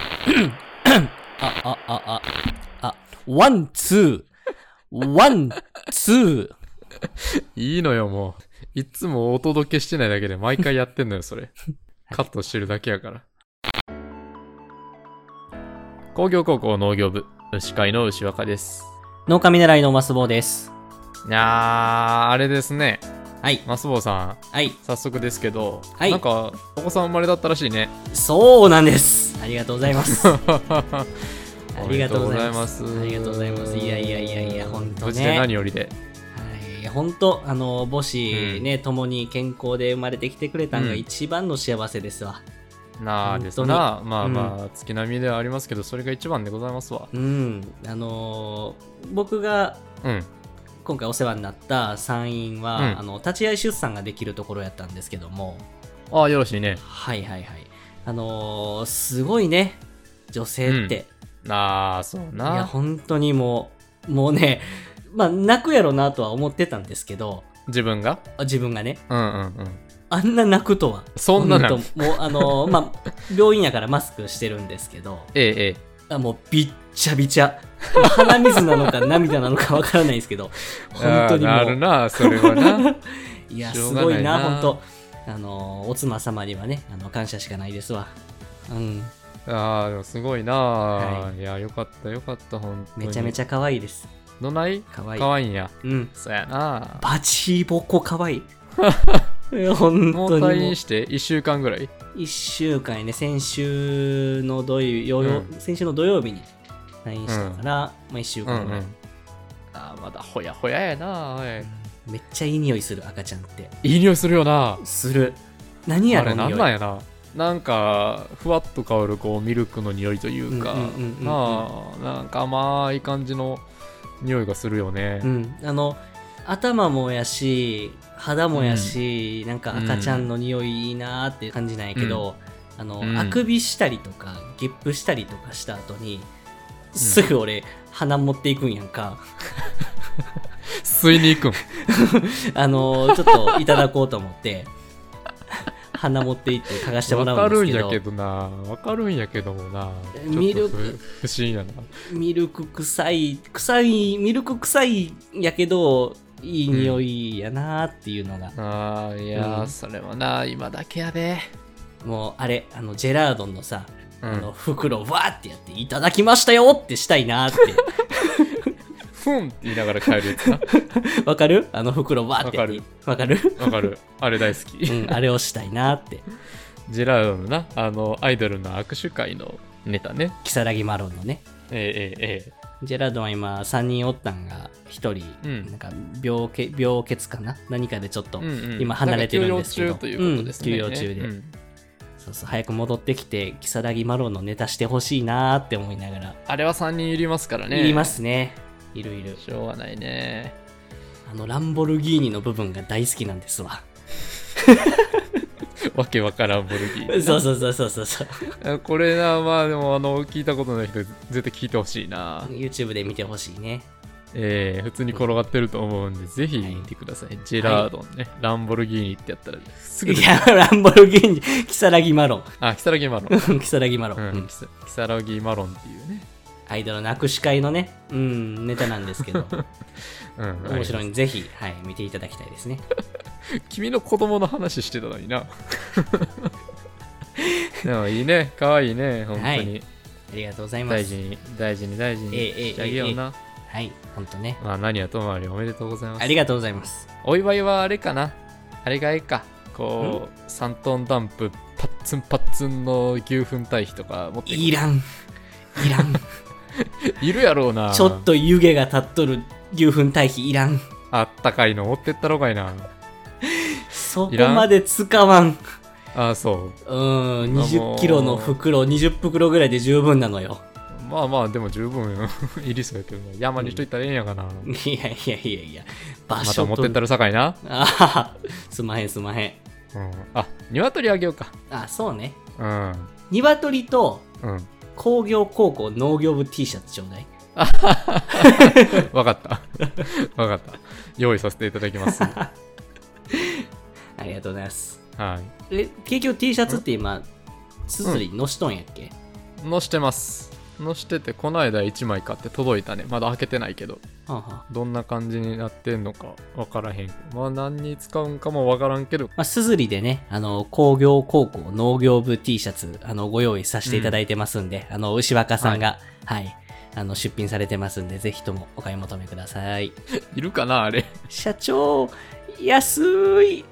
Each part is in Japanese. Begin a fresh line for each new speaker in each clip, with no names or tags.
あ、あ、あ、あ、あ、ワン、ツー、ワン、ツー。
いいのよ、もう。いつもお届けしてないだけで毎回やってんのよ、それ。カットしてるだけやから。工業高校農業部、牛飼いの牛若です。
農家見習いのマスボウです。
いやー、あれですね。
はい、
マスボウさん、
はい、
早速ですけど、
はい
なんか、お子さん生まれだったらしいね。
そうなんです。ありがとうございます。 ありがとうございます。
おめ
ありがとうございます。いやいやいやいや、ほんと
無事で
ね。
何よりで。
はい、本当あの母子ね、共に健康で生まれてきてくれたのが
うん
一番の幸せですわ。
なあですな。まあまあ、月並みではありますけど、それが一番でございますわ。
うん、あのー僕が
うん。
今回お世話になった産院は、
うん
あの立ち会い出産ができるところやったんですけども、
ああ、よろしいね。
はいはいはい、あのーすごいね、女性って、
ああ、そう
いや
な。
本当にもうもうね、まあ泣くやろなとは思ってたんですけど、
自分が
自分がね、
うんうんうん。
あんな泣くとは。
そんなの
本当もうあのーまあ病院やからマスクしてるんですけど
ええええ。
あもうびっちゃびちゃまあ鼻水なのか涙なのかわからないですけ ど本当に
あーなる
も
な、それ はな。
ういや
しょ
す
うが
ごい
な
ない
な
本当あのーお妻様にはねあの感謝しかないですわうん
ああ、でもすごいな。、
はい
や、よかったよかった、本当に。
めちゃめち
ゃ。
ゃ可愛いです
どない
可愛い
可愛いんや。
うん
そうやな。
バチボコ可 愛いいや本
もう
当にもう
退院して1週間ぐらい。
1週間やね先週の土曜、
うん
先週の土曜日に退院したから、まあ、1週
うんう
間ぐらい、
ん。ああ、まだほやほややな。おい
めっちゃいい匂いする赤ちゃんって
いい匂いするよな。
する何や
あ
ろ
れ
匂
ないんなんやな。なんか、ふわっと香るこうミルクの匂いというか
うんうんうんうんう、ん
なあ、なんか甘い感じの匂いがするよね
う。んあの頭もやし肌もやし、なんか赤ちゃんの匂いいいなーっていう感じなんやけど、あの、
うん
あくびしたりとかゲップしたりとかした後にすぐ俺、鼻持っていくんやんか
吸いに行くん。
あのちょっといただこうと思って 鼻持っていって嗅がしてもら
わ
う
か
んです
るん
け
や
ど
けどなわかるんやけどもな
え
ちょっと
ミルク
不不思議やな
ミルク臭い臭いミルク臭いんやけどいい匂いやなーっていうのが、
あーいやー、
うん
それはな今だけやで、
もうあれあのジェラードンのさ、
う
あ
ん
の、袋をわーってやって「いただきましたよ!」ってしたいなーっ
ふんって言いながら帰るやつ な
てわかるあの袋わーってやってわかる
わかるあれ大好き、
うんあれをしたいなーって
ジェラードンのなあのアイドルの握手会のネタね
如月マロンのね
えええええ
ジェラードンは今3人おったんが1人、
うん
なんか病気病欠かな何かでちょっと、
えうんうん
今離れてるんですけど
なんか休養中ということですね、
うん休養中で
うん
そうそう早く戻ってきて如月マロンのネタしてほしいなーって思いながら
あれは3人いりますからね
いりますねいるいる
しょうがないね
あのランボルギーニの部分が大好きなんですわ
わけわからんボルギー
そうそうそうそうそうそう
あこれなまあでもあの聞いたことない人絶対聞いてほしいな
YouTube で見てほしいね
えー普通に転がってると思うんで、ぜひ見てください。ジェラードンね、ランボルギーニってやったら、すぐ
い
出て
やランボルギーニ如月マロ ン
あ、キサラギマロン。
如月マロン、
う、
うんん
キサキサラギマロンっていうね。
アイドルの握手会のねうんネタなんですけど
うん、
面白い
あ
んでぜひ、はい、見ていただきたいですね
ります君の子供の話してたの にな。でもいいね、かわいいね、本当に。
はいありがとうございま
大
す
事に、大事に、大事に
ええええ
してあげような。
はい本当ね
まあ、何はともあれおめでとうございます。
ありがとうございます
お祝いはあれかなあれがいいかこう3トンダンプパッツンパッツンの牛糞堆肥とか持ってい
いらんいら ん
いるやろうな
ちょっと湯気が立っとる牛糞堆肥いらん
あったかいの持ってったろかいな
そこ
いらん
まで使わん
あそう
うん
もう
20キロの袋20袋ぐらいで十分なのよ
まあまあでも十分 いりそうやけどな山にしといたらええんやかな、ま
いやいやいやいや場
た
所
持っ
と
てったらさかいな、
あははすまへんすまへん
うん、あ鶏あげようか
あそうね
うん
鶏と
うん
工業高校農業部 T シャツちょうだい
わかった わかった用意させていただきます は
ありがとうございます
い
え結局 T シャツって今つづりのしとんやっけ
のしてますのしててこの間1枚買って届いたねまだ開けてないけど
はあはあ
どんな感じになってんのかわからへんまあ何に使うんかもわからんけど
まあ、すずりでね、あの、工業高校農業部 T シャツ、あの、ご用意させていただいてますんで、あの、牛若さんが、はい、あの、出品されてますんで、ぜひともお買い求めください。
いるかなあれ
社長、安い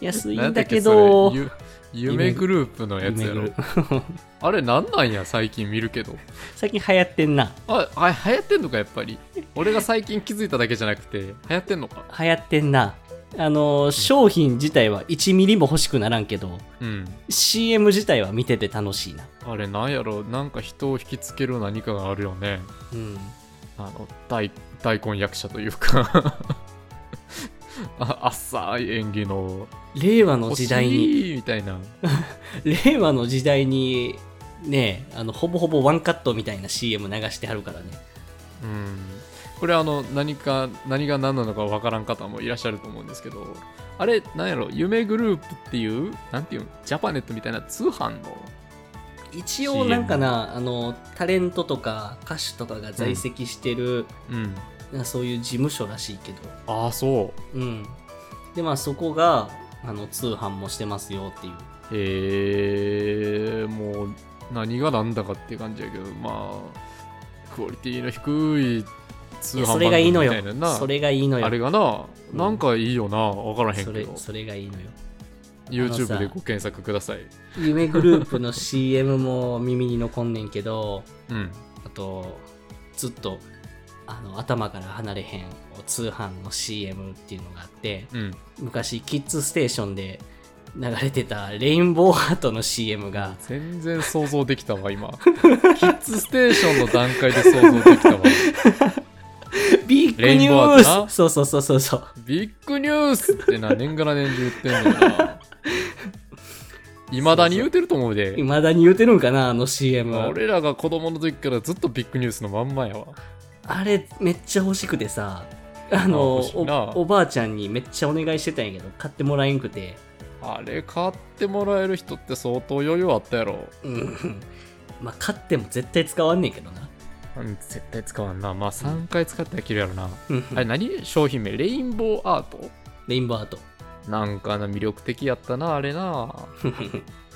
安い
なん
んだ
やったっけ
けど
それ、ゆ夢グループのやつやろ
夢グ
あれなんなんや最近見るけど
最近流行ってんな。
ああ流行ってんのかやっぱり俺が最近気づいただけじゃなくて流行ってんのか
流行ってんな。あの、商品自体は1ミリも欲しくならんけど、
うん
CM 自体は見てて楽しいな。
あれなんやろなんか人を引きつける何かがあるよね
うん。
あの大大根役者とい うかあ浅い演技の
令和の時代に、
欲しいみたいな
令和の時代にねあのほぼほぼワンカットみたいな CM 流してはるからね
うんこれあの何か何が何なのか分からん方もいらっしゃると思うんですけどあれなんやろ夢グループっていうなんていうのジャパネットみたいな通販の
一応なんかなあのタレントとか歌手とかが在籍してる、
うん
なんかそういう事務所らしいけど
ああそ
うんでまあそこがあの通販もしてますよっていう
うへえもう何が何だかっていう感じやけどまあクオリティの低い通
い
販
やそれがいいの
番組みた
よ
いなな
それがいいのよ
あれがな、
うん
なんかいいよな分からへん
そ
け
れ
ど
それがいいのよ
YouTube でご検索ください
夢グループの CM も耳に残んねんけど
うん
あと、ずっとあの頭から離れへん通販の CM っていうのがあって、
うん
昔、キッズステーションで流れてたレインボーハートの CM が、
全然想像できたわ今キッズステーションの段階で想像できたわ
ビッグ
レイ
ニ
ンボー
ュ
ハート
ー
な
スそうそうそうそうそう。
ビッグニュースってな年がら年中言ってんのかないまだに言うてると思うで
未だに言うてるんかな、あの CM は。
俺らが子供の時からずっとビッグニュースのまんまやわ
あれ、めっちゃ欲しくてさ、あの
あ欲しいな
お、おばあちゃんにめっちゃお願いしてたんやけど、買ってもらえんくて。
あれ買ってもらえる人って相当余裕あったやろ
うん。まあ、買っても絶対使わんねんけどな。
うん絶対使わんなまあ3回使ったら切るやろな、
うん
あれ何商品名レインボーアート
レインボーハート。
なんかな魅力的やったなあれな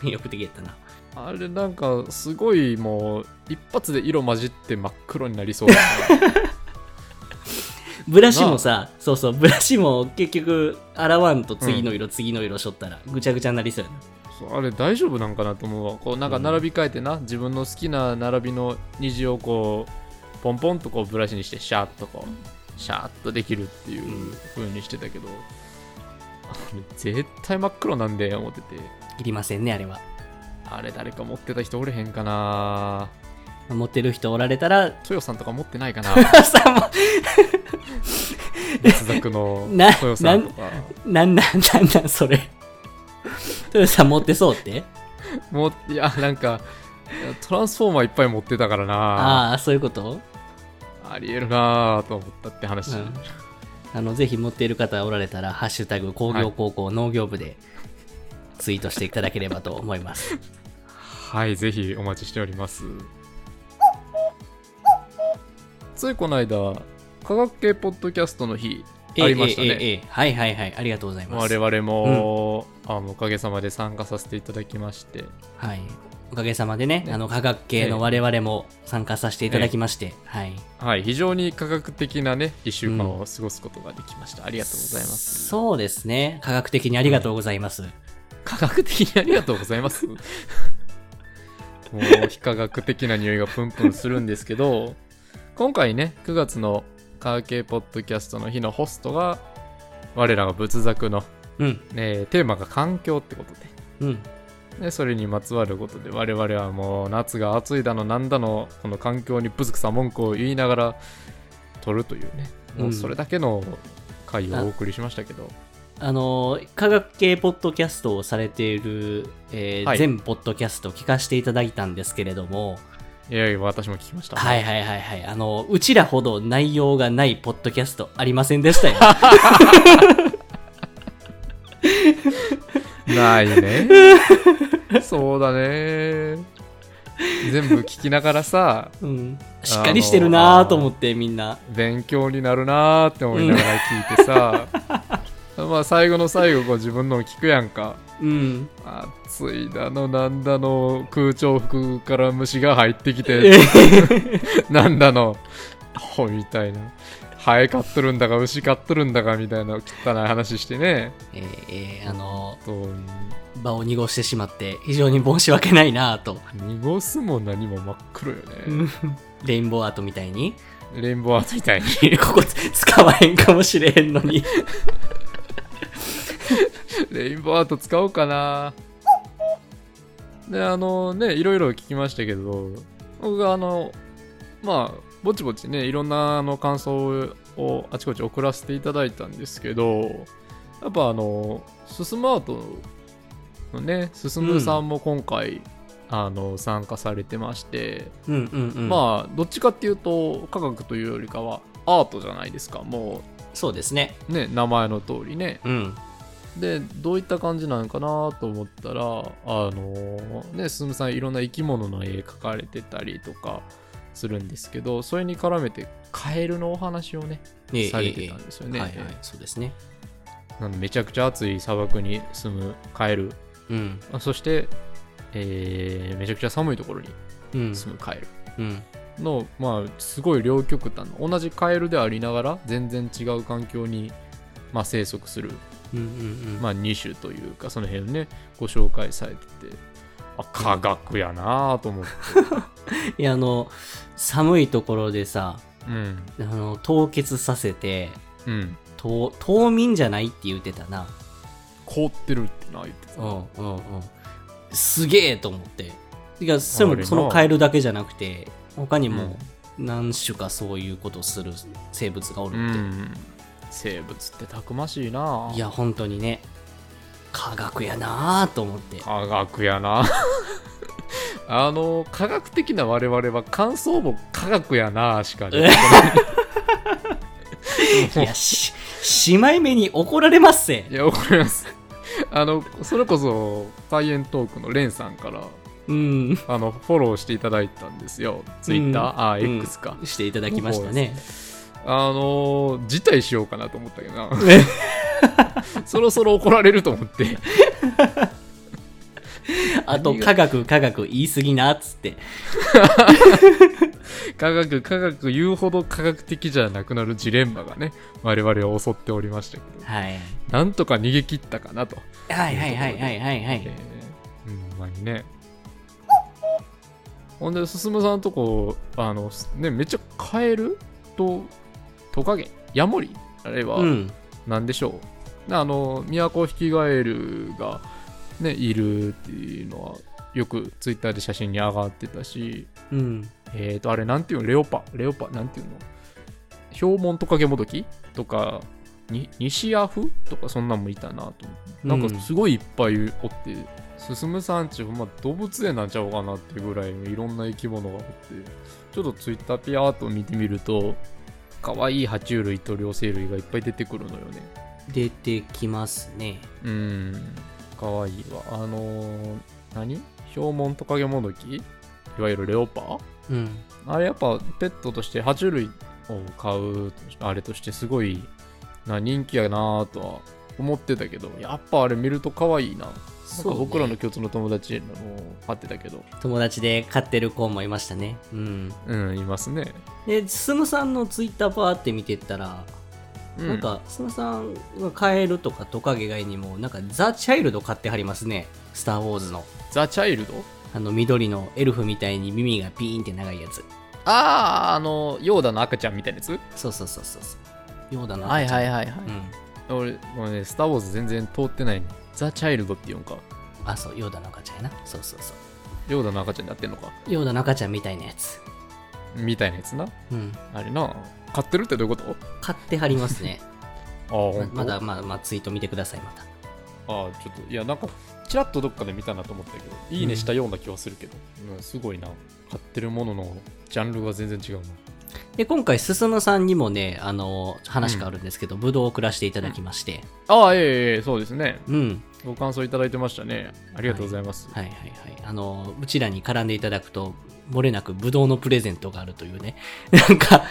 魅力的やったな。
あれなんかすごいもう一発で色混じって真っ黒になりそうだな
ブラシもさ、そうそう、ブラシも結局、洗わんと次の色、次の色しょったら、ぐちゃぐちゃになりそうやな。
そうあれ大丈夫なんかなと思うわこうなんか並び替えてな、自分の好きな並びの虹をこうポンポンとこうブラシにしてシャーッとこうシャーッとできるっていう
うん
風にしてたけど、あれ絶対真っ黒なんで思ってて
いりませんね、あれは。
あれ誰か持ってた人おれへんかな
持ってる人おられたら、
トヨさんとか持ってないかな
さも
別作の
な
トヨさんとか
うなんなん、なんなん、それ。トヨさん持ってそうって
もういやなんかトランスフォーマーいっぱい持ってたからな
ああー、そういうこと
ありえるなぁと思ったって話、
うんあの、ぜひ持っている方おられたら、ハッシュタグ工業高校農業部でツイートしていただければと思い ます。
はいぜひお待ちしておりますついこの間科学系ポッドキャストの日ありましたね、
ええええええはいはいはい、ありがとうございます。
我々も、あのおかげさまで参加させていただきまして
はい。おかげさまでね、
ね
あの科学系の我々も参加させていただきまして、はい。
はい非常に科学的なね1週間を過ごすことができました、あり
あ
がとうございます
そうですね。科学的にありがとうございます。
科学的にありがとうござい ますもう非科学的な匂いがプンプンするんですけど今回ね9月の科学系ポッドキャストの日のホストが我らが仏作の、
うん、
えーテーマが環境ってこと
うん、
ででそれにまつわることで我々はもう夏が暑いだのなんだのこの環境にブズくさ文句を言いながら撮るというねもうそれだけの回をお送りしましたけど、
あの科学系ポッドキャストをされている、えー
はい
全ポッドキャストを聞かせていただいたんですけれども、
いやいや私も聞きました
はいはいはいはいあのうちらほど内容がないポッドキャストありませんでしたよ
ないね。そうだね。全部聞きながらさ、
うん、しっかりしてるなーと思って、みんな。
勉強になるなーって思いながら聞いてさ、まあ最後の最後こう自分のを聞くやんか
うん。
暑いだのなんだの空調服から虫が入ってき
え
て
ー
なんだのほみたいなハエ飼っとるんだか牛飼っとるんだかみたいな汚い話してね
えーえーあの、
どう
場を濁してしまって、非常に申し訳ないなーと。
濁すも何も真っ黒よね
レインボーアートみたいに。
レインボーアートみたいに
ここ使わへんかもしれへんのに。
レインボーアート使おうかなであのねいろいろ聞きましたけど僕があのまあぼちぼちねいろんなあの感想をあちこち送らせていただいたんですけどやっぱあのススマートのねすすむさんも今回、あの参加されてまして、
うんうんうん。あ、
まあどっちかっていうと科学というよりかはアートじゃないですかも
そうですね。
うね名前の通りね
うん。
でどういった感じなのかなと思ったらあのーね進さんいろんな生き物の絵描かれてたりとかするんですけどそれに絡めてカエルのお話をね
ええ
されてたんですよね、
はいはい、そうですね。
なんでめちゃくちゃ暑い砂漠に住むカエル
うん。
あそして、えーめちゃくちゃ寒いところに
うん。
住むカエル
うん。
の、まあすごい両極端な同じカエルでありながら全然違う環境に、まあ、生息する
うんうん
まあ、2種というかその辺をねご紹介されててあ科学やなぁと思って、
うん。いや、あの、寒いところでさ、
うん
あの、凍結させて、
うん、
と冬眠じゃないって言ってたな。
凍ってるってな言って
う
た、
んうんうん。すげえと思って。てか、それ
あれ
も
な
そのカエルだけじゃなくて、他に
うん
も何種かそういうことする生物がお
う
るって。
ん、生物ってたくましいなぁ
いや、本当にね、科学やなぁと思って。
科学やな ぁあの科学的な我々は感想も科学やなぁしか出てこ
いや、し、しまい目に怒られますせ
ないい。や怒りますあのそれこそサイエントークのレンさんから
うん。
あのフォローしていただいたんですよツイッター、ああ
うん
X か、
していただきましたね。
あのー、辞退しようかなと思ったけどな。 そろそろ怒られると思って。
あと、科学、科学言い過ぎな、っつって。
科学、科学言うほど科学的じゃなくなるジレンマがね、我々を襲っておりましたけど、
はい。
なんとか逃げ切ったかなと。
はいはいはいはいはいは
え
い。
ー、ほんまにね。ほんで、進さんのとこ、あの、ね、めっちゃカエルとトカゲ、ヤモリ、あれは、
うん。
なんでしょう。あの、都ヒキガエルが、ね、いるっていうのは、よくツイッターで写真に上がってたし、
うん。
えーと、あれ、なんていうのレオパ、レオパ、なんていうのヒョウモントカゲモドキとか、に西アフとか、そんなんもいたなと思って。なん
う
か、
ん
すごいいっぱいおって、進むさんち、ほんま動物園なんちゃうかなってぐらいのいろんな生き物がおって、ちょっとツイッターピアーっと見てみると、可愛い爬虫類と両生類がいっぱい出てくるのよね。
出てきますね。
うん、かわいいわ。あのー、何ヒョウモントカゲモドキいわゆるレオパ
うん。
あれやっぱペットとして爬虫類を飼うあれとしてすごいな人気やなとは思ってたけど、やっぱあれ見るとかわいいな。なんか
そうね
僕らの共通の友達の飼ってたけど、
友達で飼ってる子もいましたね。うん。
うん、いますね。
で、すむさんのツイッターパーって見てったら、
う
なん、か、すむさんがカエルとかトカゲ以外にも、なんか、ザ・チャイルド飼ってはりますね。スター・ウォーズの。
ザ・チャイルド
あの、緑のエルフみたいに耳がピーンって長いやつ。
ああ、あの、ヨーダの赤ちゃんみたいなやつ
そうそうそうそうそう。ようだな。い。
はいは
うん。
俺、もうね、スター・ウォーズ全然通ってないね。ザ・チャイルドって言うんか。
あ、そう、ヨーダの赤ちゃんやな。そうそうそ
ヨーダの赤ちゃんになってんのか
う。ヨーダの赤ちゃんみたいなやつ。
みたいなやつな。
うん。
あれな。買ってるってどういうこと
買ってはります ね。
ああ、ほ
ま
んと
まだ、まあ、まあ、ツイート見てください、また。
ああ、ちょっと、いや、なんか、ちらっとどっかで見たなと思ったけど、いいねしたような気はするけど、うん、すごいな。買ってるもののジャンルが全然違うな。
で、今回、すすむさんにもね、あの、話があるんですけど、ぶどうを送らせていただきまして。
ああ、ええええそうですね。
うん。
ご感想いただいてましたね。ありがとうございます。
はいはいはい。あの、うちらに絡んでいただくと、漏れなくブドウのプレゼントがあるというね。なんか、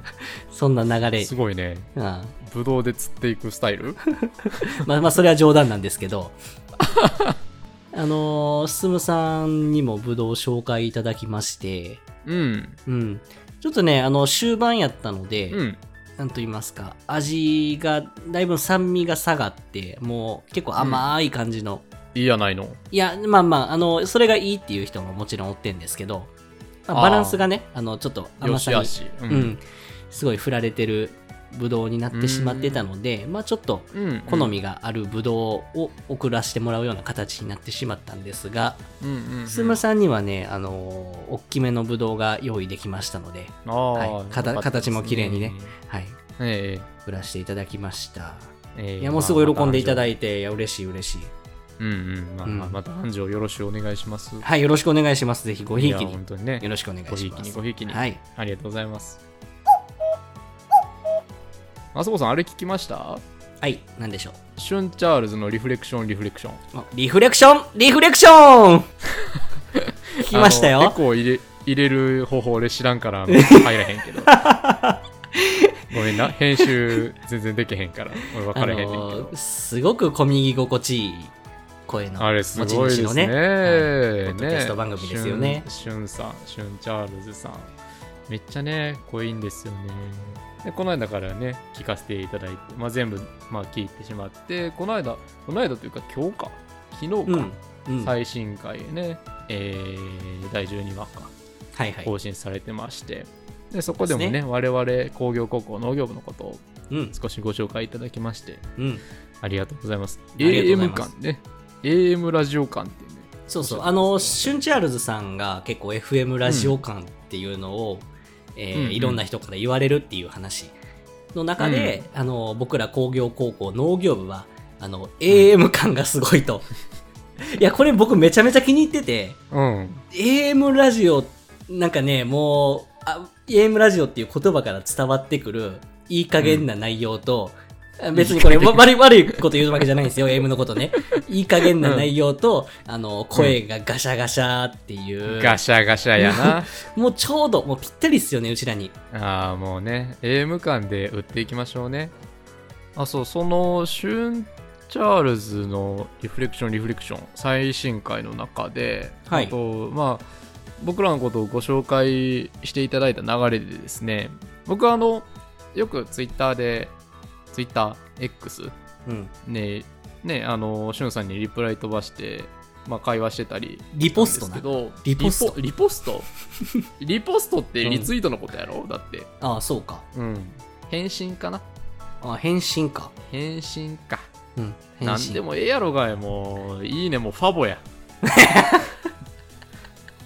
そんな流れ。
すごいね。
うん、ま
ぶどうで釣っていくスタイル
あまあ、それは冗談なんですけど。あの、すむさんにもブドウを紹介いただきまして、
うん。
うん。ちょっとね、あの、終盤やったので、
うん。
なんと言いますか、味が、だいぶ酸味が下がって、もう結構甘い感じの、
いいやないの。
いや、まあまあ、あの、それがいいっていう人ももちろんおってんですけど、まあバランスがね、あの、ちょっと
よ
甘さ
し
に
あし。
う
う
ん。すごい振られてるブドウになってしまってたので、まあちょっと
うん。
好みがあるブドウを送らせてもらうような形になってしまったんですが、
うん。うん。うん
すむさんにはね、あの、大きめのブドウが用意できましたので、
ああ、
はいかた
よかったです
形も綺麗にね。はい、
え
送らせていただきました。
えええ
いや、もうすごい喜んでいただ
て。
いて、いや、嬉しい嬉しい。
うんうん。まあまあ
うん
また繁盛よろしくお願いします。
はい、よろしくお願いします。ぜひごひい
や
きに
本。当にね。
よろしくお願いします。
ごひいきにごひいきに
はい。
ありがとうございます。あそこさん、あれ聞きました
はい、なんでしょう。
シュン・チャールズのリフレクション、リフレクション。
あリフレクションリフレクシ ョン聞きました
あのエ
よ。
コー入れ入れる方法俺知ら んからあの入らへんけど。ごめんな、編集全然できへんから。俺分からへんねんけ
あ
ど
の。すごく小右心地いい声の
あれす
持ち
ごい
主
です
の
ね。
ね。い
ね
ポッドキャスト番組ですよね
シュンシュンさん、シュンチャールズさん。めっちゃね、濃いんですよね。で、この間からね、聞かせていただいて、まあ、全部、まあ、聞いてしまって、この間、この間というか今日か、昨日
う
か
ん、。うん。はい
最新回ね、えー第12話か、
はい。
更新されてまして、でそこでもね
です
我々工業高校農業部のことを
うん。
少しご紹介いただきまして
うん。
ありがとうございます
りがとうござい
AM
ます
感ね AM ラジオ感っていうね
そうそう。あの、シュンチャールズさんが結構 FM ラジオ感っていうのを、えー
うんうん
いろんな人から言われるっていう話の中で、あの、僕ら工業高校農業部は、あの、AM 感がすごいと。いや、これ僕めちゃめちゃ気に入ってて、
うん、
AM ラジオ、なんかね、もう、あ AM ラジオっていう言葉から伝わってくる、いい加減な内容と、あ別にこれ、わ悪い、悪いこと言うわけじゃないんですよ、AM のこと ね。いい加減な内容と、あの、声がガシャガシャっていう。
ガシャガシャや な
もうちょうど、もうぴったりっすよね、うちらに。
ああもうね AM 感で売っていきましょうねあそうそのシュンチャールズの「リフレクションリフレクション」最新回の中で、
はい
あとまあ僕らのことをご紹介していただいた流れでですね僕はあのよくツイッターでツイッター X
うん。
ねねあのしゅんさんにリプライ飛ばして、まあ、会話してたり
リポストな
なんですけ。ど
リポスト
リポリポスト リポストってリツイートのことやろだって
ああ、そうか。
うん返信かな
ああ返信か。
返信か
うん。返
何
信。
でもええやろがいもういいねもうフ ァボや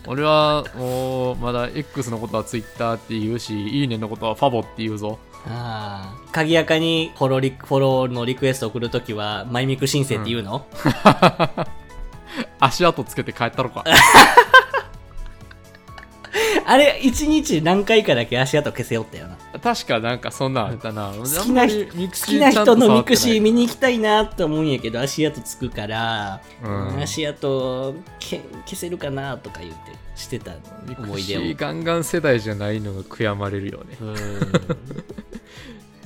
俺はもうまだ X のことはツイッターって言うしいいねのことはファボって言うぞ
ああ。鍵やかにフォローリ、フォローのリクエスト送るときは、マイミク申請って言うの、
足跡つけて帰った ろか
あれ、一日何回かだけ足跡消せよったよな。
確かなんかそんなんあったな好
好きな人好きな人のミクシー見に行きたいなと思うんやけど、足跡つくから、
うん
足跡け消せるかなとか言って、してた
ミク
思い
シ
出を。
ーガンガン世代じゃないのが悔やまれるよね。
うん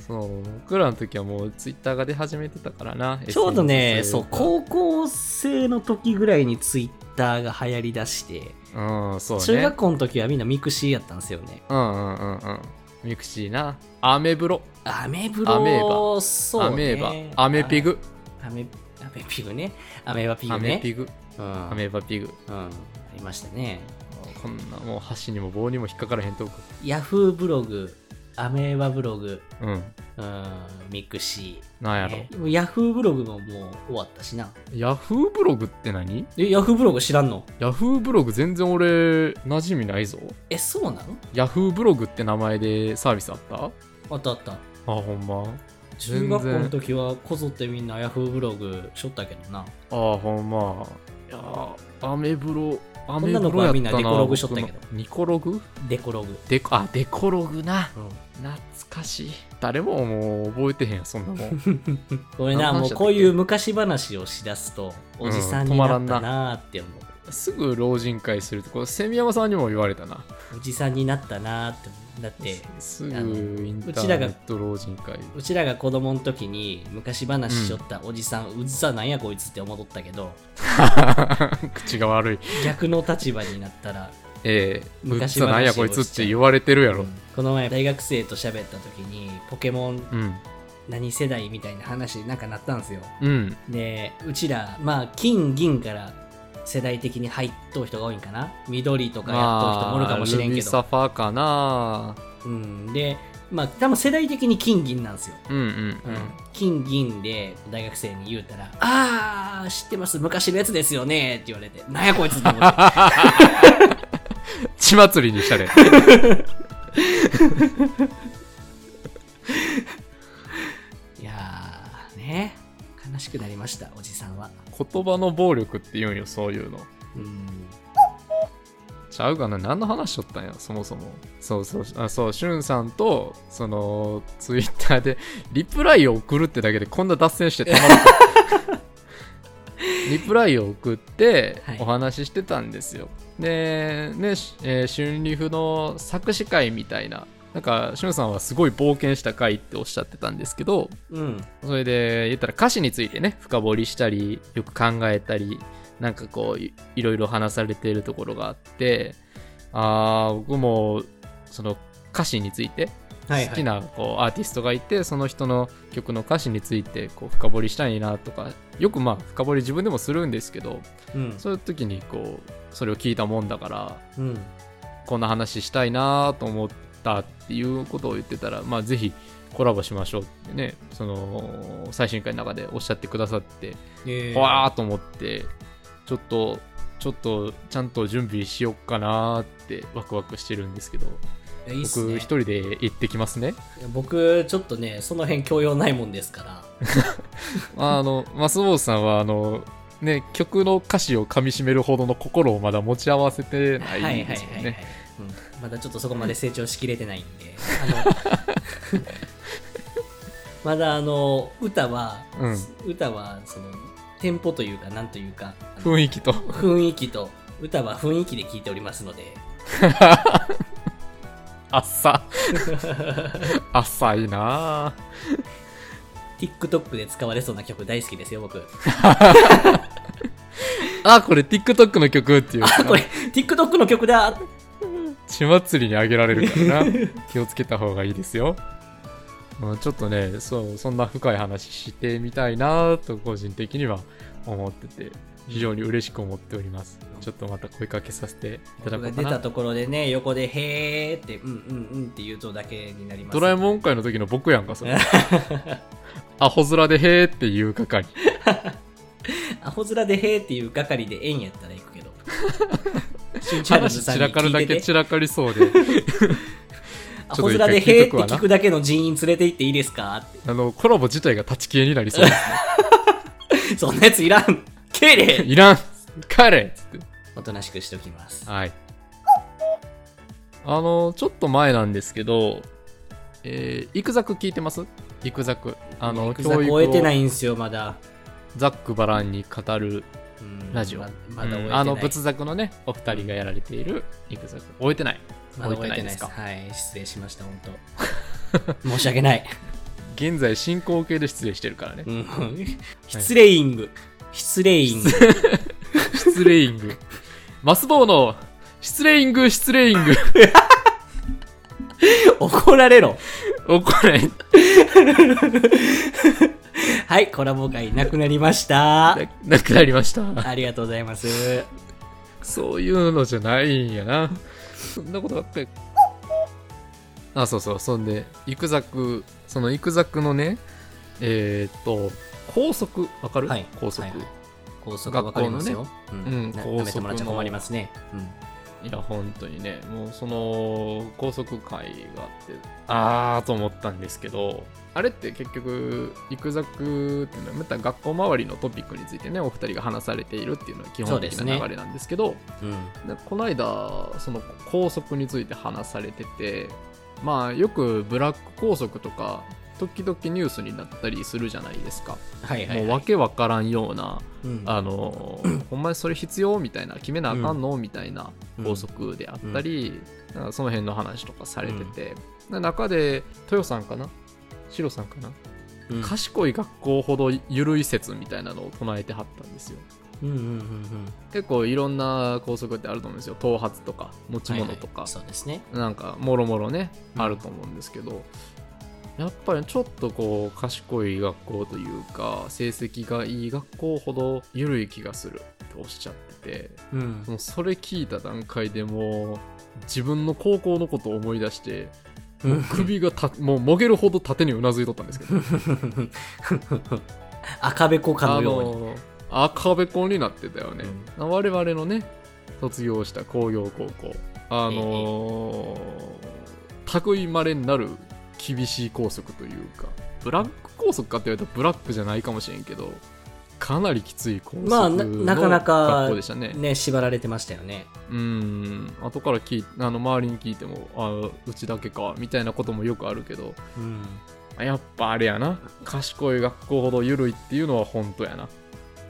そう僕らの時はもうツイッターが出始めてたからな。
ちょうど ね、
SNS
そう、高校生の時ぐらいにツイッターが流行りだして、
うん、そうね。
中学校の時はみんなミクシーやったんですよね。
うんうんうんうん。ミクシーな。アメブロ。
アメブ
アメ
ロ
ー
そう、ね、
アメーバ。アメピグ。
あ。アメ、アメピグね。アメバピ
ア
グ
メ
ね。
ピグ。
うん
アメーバピグ。
うん、ありましたね。
こんなもう箸にも棒にも引っかからへんトーク。
ヤフーブログ、アメーバブログ、
うん。
うん、ミクシ
なんや
ー。
ろ。
ねもうヤフーブログももう終わったしな。
ヤフーブログって何
え、ヤフーブログ知らんの
ヤフーブログ全然俺、馴染みないぞ。
え、そうなの
ヤフーブログって名前でサービスあった
あったあった。
あ、ほんま。
中学校の時はこぞってみんなヤフーブログしょったけどな。
ああほんまいやーアメブロア
女の子はみんなデコログしとったけど
僕のニコログ
デコログ。
デコあデコログな
うん
懐かしい誰ももう覚えてへんよそんな もん
ごめんな、
何
もう
話したっけ
こういう昔話をしだすと、おじさんにな
うん
っ
止ま
た
らん
なーって思う。
すぐ老人会するってこれセミヤマさんにも言われたな
おじさんになったなーって思う。だって、
す
あの
ぐインタ
うちら
ーネ
が
ット老人会
うちらが子供の時に昔話しよったおじさん、うずさなんやこいつって思っとったけど、
口が悪い
逆の立場になったら、
ええうっ
昔話
さなんやこいつって言われてるやろ
この前大学生と喋った時に、ポケモン
うん
何世代みたいな話になんかなったんですよ。
うん
で、うちら、まあ、金、銀から世代的に入っとう人が多いんかな緑とかやっとう人もおるかもしれん
ル
け
ビサ
ど。
ファーかな
うん、で、まあ、多分世代的に金、銀なんですよ。
うんうん
金銀で大学生に言うたら「あー知ってます昔のやつですよね」って言われて「なんやこいつ」 って思って
うん 血祭りにしたれ
いやーね悲しくなりましたおじさんは
言葉の暴力って言うんよそういうの
うん
ちゃうかな何の話しとったんやそもそもそうそうあそうしゅんさんとそのツイッターでリプライを送るってだけでこんな脱線してたま らんかったリプライを送って
はい
お話ししてたんですよ、でねしえー春リフの作詞会みたいななんかしゅんさんはすごい冒険した回っておっしゃってたんですけど
うん
それで言ったら歌詞についてね深掘りしたりよく考えたりなんかこういいろいろ話されているところがあってあー僕もその歌詞について
はい
好きなこうアーティストがいてその人の曲の歌詞についてこう深掘りしたいなとかよくまあ深掘り自分でもするんですけど
うん
そういう時にこうそれを聞いたもんだから
うん
こんな話したいなと思ったっていうことを言ってたら、まあ、ぜひコラボしましょうってね、その最新回の中でおっしゃってくださって、
えー
ほわーっと思って、ちょっと、ちょっとちゃんと準備しよっかなーってワクワクしてるんですけど、
いいっす
僕
ね
一人で行ってきますね。
僕ちょっとねその辺教養ないもんですから
あの、マスボウさんは、あの、ね、曲の歌詞を噛みしめるほどの心をまだ持ち合わせて
は
ないんですよね。
うんまだちょっとそこまで成長しきれてないん であのまだあの歌は、
う
歌はそのテンポというかなんというかあの
雰囲気と。
雰囲気と歌は雰囲気で聴いておりますので
あ っさ。あっさいなぁ
TikTok で使われそうな曲大好きですよ僕
あ、これ TikTok の曲っていう。
あこれ TikTok の曲だ
血祭りにあげられるからな。気をつけた方がいいですよ。まあちょっとね、そう、そんな深い話してみたいなぁと個人的には思ってて、非常に嬉しく思っております。ちょっとまた声かけさせていただ
僕が
こうか
出た
な。
ところでね横で「へーって「うんうんうん」って言うとだけになります
ドラえもん会の時の僕やんか、それ。 アホ面でへーっていう係。
アホ面で「へーっていう係で「縁やったら行く けどチャールズ
話
さん
散
に
らかる
聞
だ
いて
け
て
散らかりそうで。
ア
ち
ホ
ょっ
面
と一回
で「
聞い
へー
と
っ
く
て
わな
聞くだけの人員連れて行っていいですかっ
あの、コラボ自体が立ち消えになりそうです
てそんなやつ いらんけれ
いらん帰れっつって。
おとなしくしておきます
はい。あの、ちょっと前なんですけど、えー、イクザク聞いてますイクザク。あの、
育作終えてないんですよまだ
ザックバランに語る、
うん
ラジオ
ままだ終えて
う
ない、
んあの、仏作のね、お二人がやられているイクザク。終えてない。
まだ終えてないです
終えてない
はい、
ですか
失礼しました、本 当。申し訳ない。
現在進行形で失礼してるからね
う。ん失礼イング。失礼イン グ。
失礼イング。マスボウの失礼イング、失礼イング。
怒られろ。
怒れん。
はい、コラボ会なくなりました。
ななくなりました。
ありがとうございます。
そういうのじゃないんやな。そんなことばっかり。あ、そうそう。そんで、イクザク、そのイクザクのね、えーっと、高速、わかる、
はい
高速、
はいはい高速わかりますよ。
うん
な舐
高速の
めてもらっちゃ困りますね。
いや本当にねもうその高速会があってああと思ったんですけどあれって結局イクザクっていうのはまた学校周りのトピックについてねお二人が話されているっていうのが基本的
そうです
な
ね
流れなんですけど
うん
でこの間その高速について話されててまあよくブラック高速とか時々ニュースになったりするじゃないですか、
はいはいは
もう
い
わけわからんような
うん
あの ほんまにそれ必要みたいな決めなあかんの、みたいな法則であったり、なんかその辺の話とかされてて、な中で豊さんかなシロさんかな、
うん
賢い学校ほど緩い説みたいなのを唱えてはったんですよ
うんうんうんうん
結構いろんな校則ってあると思うんですよ頭髪とか持ち物と
はい
か、
はいそうですね
なんかもろもろね、
うん
あると思うんですけどやっぱりちょっとこう賢い学校というか成績がいい学校ほど緩い気がするっておっしゃって
うん
てもうそれ聞いた段階でもう自分の高校のことを思い出して
うん
首がたもうもげるほど縦にうなずいとったんですけど
赤べこかのように
の赤べこになってたよね、我々のね卒業した工業高校あのー類いまれになる厳しい校則というかブラック校則かって言われたらブラックじゃないかもしれんけどかなりきつい校則
まあ
の
ななかなか
学校でしたね、
ね縛られてましたよね
うん後から聞いあの周りに聞いてもあうちだけかみたいなこともよくあるけど
うん
やっぱあれやな賢い学校ほど緩いっていうのは本当やな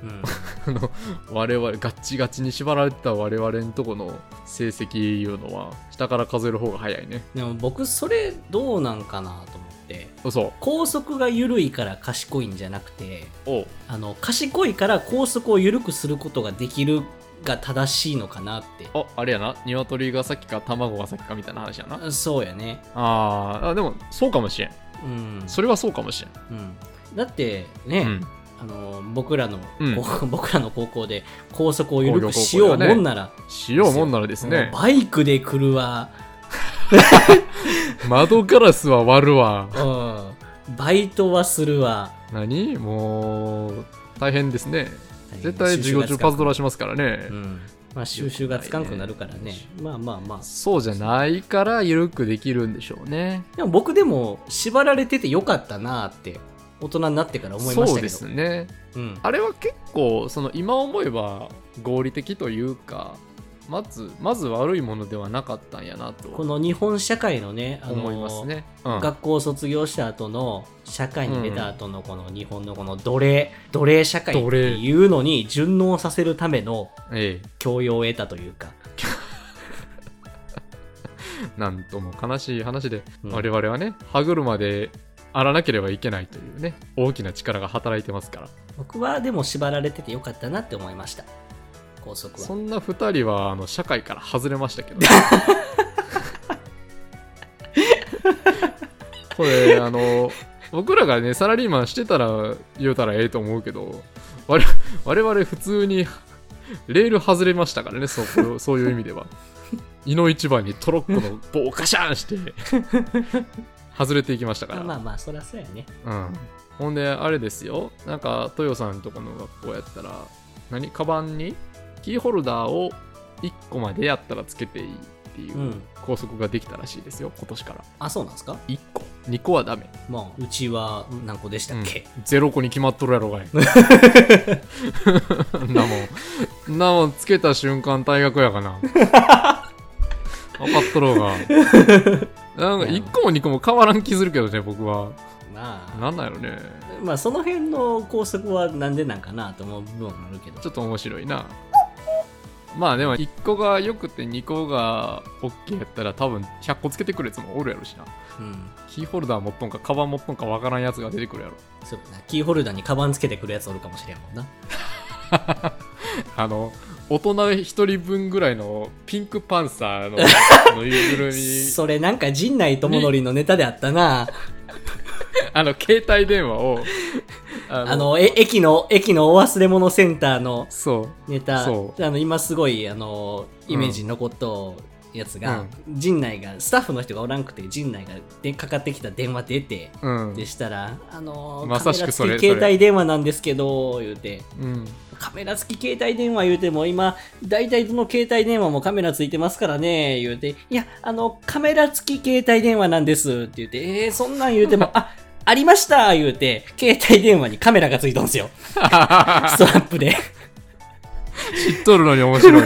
うん
あの我々ガッチガチに縛られてた我々のとこの成績いうのは下から数える方が早いね
でも僕それどうなんかなと思って
嘘
高速が緩いから賢いんじゃなくて
おう
あの賢いから高速を緩くすることができるが正しいのかなっ
ああれやな鶏が先か卵が先かみたいな話やな
てそうやね
あーあでもそうかもしれん
うん、
それはそうかもしれん
うん、だってね、
うん
あの僕らの、
うん
こう 僕らの高校で高速を緩くしようもんなら、
しようもんならですね
もうバイクで来るわ、
窓ガラスは割るわ
うん、バイトはするわ
何もう大変ですね絶対授業中パズドラしますからね、
うんまあ、収集がつかんくなるからね
よ
まあまあまあ
そうじゃないから緩くできるんでしょうね
でも僕でも縛られててよかったなって大人になってから思いまし
そ
た
う
け
で
ど
すね
うん
あれは結構その今思えば合理的というかまずまず悪いものではなかったんやなと
この日本社会のねあの
思いますね。うん
学校を卒業した後の社会に出た後のこの日本のこの奴隷奴隷社会っていうのに順応させるための
え
教養を得たというか
え、なんとも悲しい話で、
うん
我々はね歯車で荒らなければいけないというね大きな力が働いてますから
僕はでも縛られててよかったなって思いました校則
そ
は
んな2人はあの社会から外れましたけどねこれあの僕らがねサラリーマンしてたら言うたらええと思うけど我々我々普通にレール外れましたからねそこそういう意味では胃の一番にトロッコの棒をカシャーンして外れていきましたから、
まあまあまあそりゃそうやね
うん、ほんであれですよなんか豊さんとこの学校やったら何カバンにキーホルダーを1個までやったらつけていいっていううん校則ができたらしいですよ今年から
あそうなんですか
1個2個はダメ、
まあうちは何個でしたっけ、
0個に決まっとるやろ がいんなもんんなもんつけた瞬間退学やか な分かっとろう がなんか1個も2個も変わらん気するけどね僕は
まあ
なんなんやろね
まあその辺の校則はなんでなんかなと思う部分もあるけど
ちょっと面白いな。まあでも1個が良くて2個が OK やったら多分100個つけてくるやつもおるやろしな。
うん
キーホルダー持っとんかカバン持っとんかわからんやつが出てくるやろ。
そうだなキーホルダーにカバンつけてくるやつおるかもしれんもんな
あの、大人1人分ぐらいのピンクパンサーのぬいぐるみ、
それなんか陣内智則のネタであったな
あの携帯電話を、あ
あのえ駅の駅のお忘れ物センターの
そう。
ネタあ
そ
の今すごいあのイメージに残っと、やつが、陣内がスタッフの人がおらんくて陣内がでかかってきた電話出て、
うん
でしたら「あのー
まさしくそ
カメラ
れ
付き携帯電話なんですけど」言うて
うん
「カメラ付き携帯電話言うても今大体どの携帯電話もカメラついてますからね」言うて「いやあのカメラ付き携帯電話なんです」って言って「えー、そんなん言う てもあありました」言うて携帯電話にカメラがついたんですよストラップで
知っとるのに面白い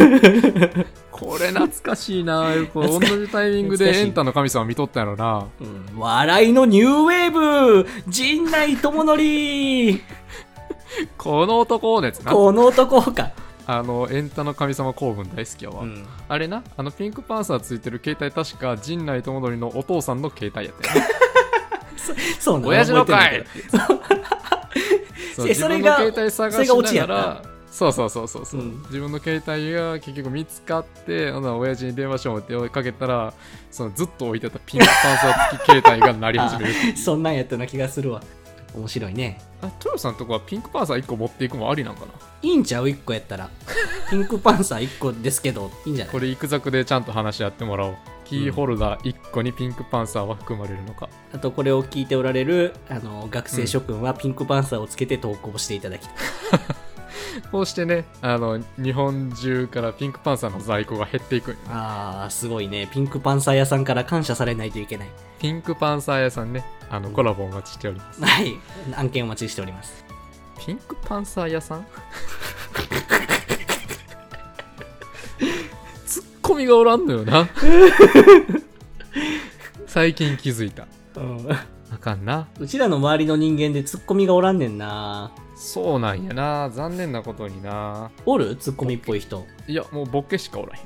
これ懐かしいなこう同じタイミング
懐か
で
しい
エンタの神様見とったやろな
うん笑いのニューウェーブ陣内智 則
この男のやつな
この男か、
あのエンタの神様公文大好きやわ、
うん
あれなあのピンクパンサーついてる携帯確か陣内智則のお父さんの携帯 やったよね
そうな
親父のかい
覚
ってそう
え
自
それ
分の
が
携帯探
それがオ
し
チや
なが
った
らそうそうそうそうそう、
うん
自分の携帯が結局見つかってほな親父に電話しようって追いかけたらそのずっと置いてあったピンクパンサー付き携帯が鳴り始めるってい
えて
う
るそんなんやったような気がするわ面白いね
あトヨさんとこはピンクパンサー1個持っていくもありなんかない
いんちゃう1個やった らピンクパンサー1個ですけどいいんじゃない
これ行くざくでちゃんと話し合ってもらおうキーホルダー1個にピンクパンサーは含まれるのか、
あとこれを聞いておられるあの学生諸君はピンクパンサーをつけて投稿していただきたい、
こうしてねあの日本中からピンクパンサーの在庫が減っていくんよ
あーすごいねピンクパンサー屋さんから感謝されないといけない
ピンクパンサー屋さんねあのコラボお待ちしております
はい案件お待ちしております
ピンクパンサー屋さん ツッコミがおらんのよな最近気づいた
うん
あかんな
うちらの周りの人間でツッコミがおらんねんな
そうなんやな残念なことにな
おるツッコミっぽい人
いやもうボケしかおらへん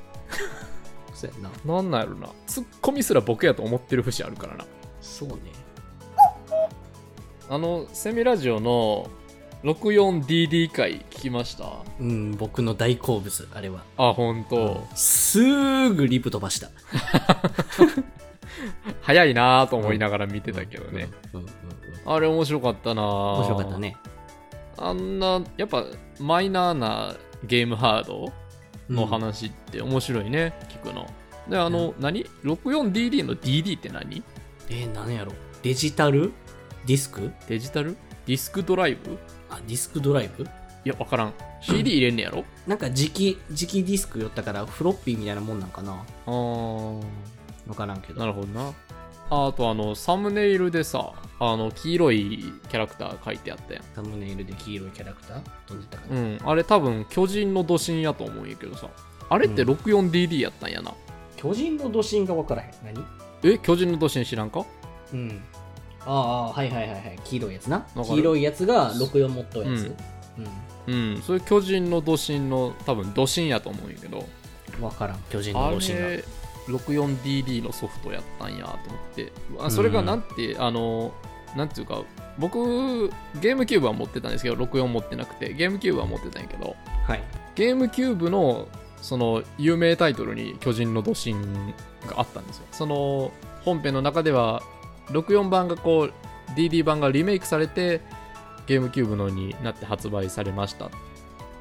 そうやな
なんなんやろなツッコミすらボケやと思ってる節あるからな
そうね
あのセミラジオの 64DD 回聞きました
うん僕の大好物あれは
あ本当、
すーぐリプ飛ばした
早いなと思いながら見てたけどね、
うんうんうんうん
あれ面白かったな面
面白かったね
あんなやっぱマイナーなゲームハードの
うん
話って面白いね、聞くのであの、何 64DD の DD って何
えー、何やろデジタルディスク
デジタルディスクドライブい
あディスクドライブ
や分からん CD 入れんねやろ
なんか磁気磁気ディスク寄ったからフロッピーみたいなもんなんかな
あー
分からんけど
なるほどなああとあのサムネイルでさあの黄色いキャラクター書いてあったやん
サムネイルで黄色いキャラクター飛んでたか
う
な、
んあれ多分巨人の土神やと思うんやけどさあれって
うん
64DD やったんやな、
巨人の土神が分からへん何
え巨人の土神知らんか
うんああはいはいはいはい黄色いやつな
かる
黄色いやつが64持っとるやつうん、
うんそれ巨人の土神の多分土神やと思うんやけど
分からん巨人の
あれ
土神が
64DD のソフトやったんやと思ってうわそれがなんて、あのなんていうか僕ゲームキューブは持ってたんですけど64持ってなくてゲームキューブは持ってたんやけど、
はい
ゲームキューブのその有名タイトルに巨人の土神があったんですよその本編の中では64版がこう DD 版がリメイクされてゲームキューブのになって発売されましたっ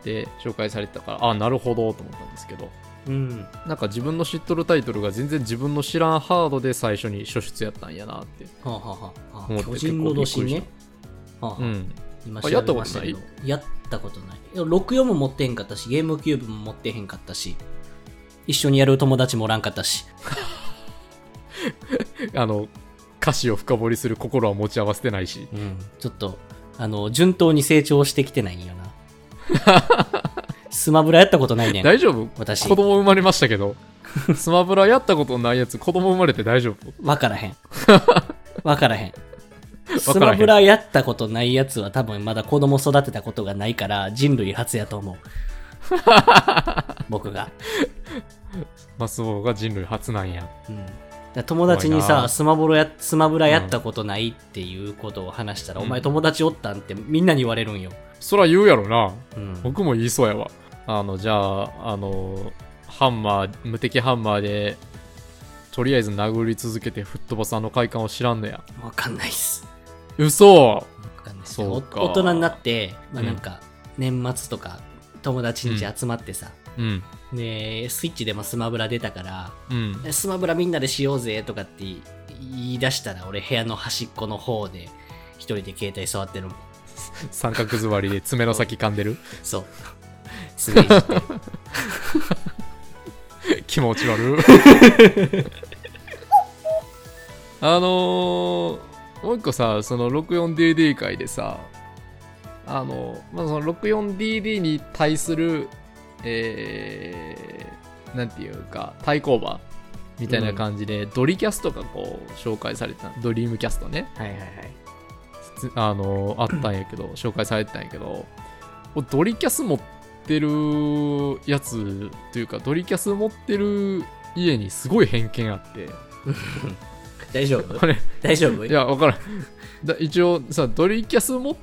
て紹介されてたからあなるほどと思ったんですけど
うん
なんか自分の知っとるタイトルが全然自分の知らんハードで最初に初出やったんやなって
はあ、はあはあ
思
は
っ
あ、
て
巨人の土神ね。はあ、
うん
今
あ
調
やった
べ
こと
ましたけど、やったことない。いや64も持ってへんかったし、ゲームキューブも持ってへんかったし、一緒にやる友達もおらんかったし、
あの歌詞を深掘りする心は持ち合わせてないし
うん、ちょっと、あの、順当に成長してきてないんよ な。スマブラやったことないねん。
大丈夫
私
子供生まれました けどスマブラやったことないやつ子供生まれて大丈夫
わから へん。わからへん。ス
からへん
マブラやったことないやつは多分まだ子供育てたことがないから人類初やと 思う。僕が。
マスボウが人類初なんや
うんだから友達に
怖いな
さスマブラやスマブラやったことないっていうことを話したら、
うん
お前友達おったんってみんなに言われるんよ、
そら言うやろな
うん
僕も言いそうやわあのじゃああのハンマー無敵ハンマーでとりあえず殴り続けて吹っ飛ばすあの快感を知らんのや
わかんないっす
嘘
わかんないっす
そうか
お大人になって、まあ、
うん
なんか年末とか友達ん家集まってさ、
うん
で、スイッチでもスマブラ出たから、
うん。
スマブラみんなでしようぜとかって言い出したら、俺部屋の端っこの方で、一人で携帯触ってるもん。
三角座りで爪の先噛んでる
そう。 すごいじって。
気持ち悪い あのー、もう一個さその 64DD 界でさあの、まあ、その 64DD に対するえー、なんていうか対抗馬みたいな感じで、ドリキャスとかこう紹介されてたドリームキャストね
はいはいはい。
つ あのあったんや けど紹介されてたんやけど俺ドリキャス持ってるやつというかドリキャス持ってる家にすごい偏見あって
大丈 夫
これ
大丈夫
いや分からん だ一応さドリキャス持っ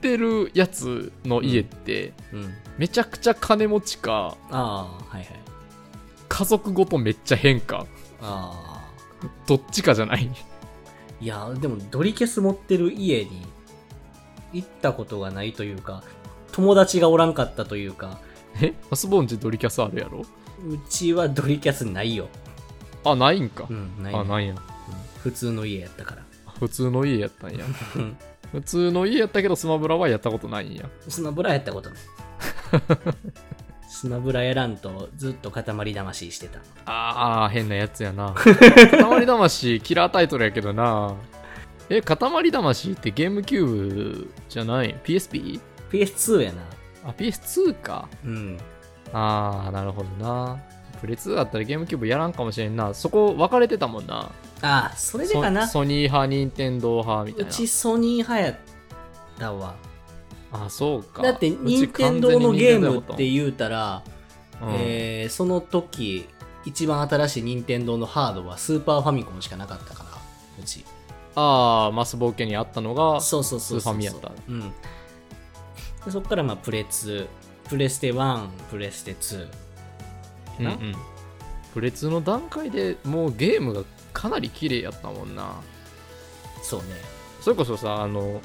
てるやつの家って、
うん。
めちゃくちゃ金持ちか
ああ、はいはい。
家族ごとめっちゃ変か
ああ。
どっちかじゃない
いや、でもドリキャス持ってる家に行ったことがないというか、友達がおらんかったというか、
えアスボンジドリキャスあるやろ
うちはドリキャスないよ。
あないんか、
うん、ない、
あないや
うん普通の家やったから。
普通の家やったんや
うん
普通の家やったけどスマブラはやったことないんや
スマブラやったことない。スマブラやらんとずっと塊魂してた。
ああ、変なやつやな。 塊魂、キラータイトルやけどな。え、塊魂ってゲームキューブじゃない ?PSP?
PS2 やな。
あ、PS2 か。
うん。
ああ、なるほどな。プレ2だったらゲームキューブやらんかもしれんな。そこ分かれてたもんな。
ああ、それでかな
ソ。ソニー派、ニンテンドー派みた
う
いな。
ちソニー派やったわ。
あ、そうか。
だって、
うち
任天堂のゲームっ
完
て
全に
言うたら、
任天堂やもんうん
えーその時一番新しい任天堂のハードはスーパーファミコンしかなかったからうち
ああ、マスボーケにあったのが、
そうそうそうそう
スーファミやった
うん、でそっからまあプレ2プレステ1プレステ2
うん
な
うん、プレ2の段階でもうゲームがかなり綺麗やったもんな
そうね
それこそさあの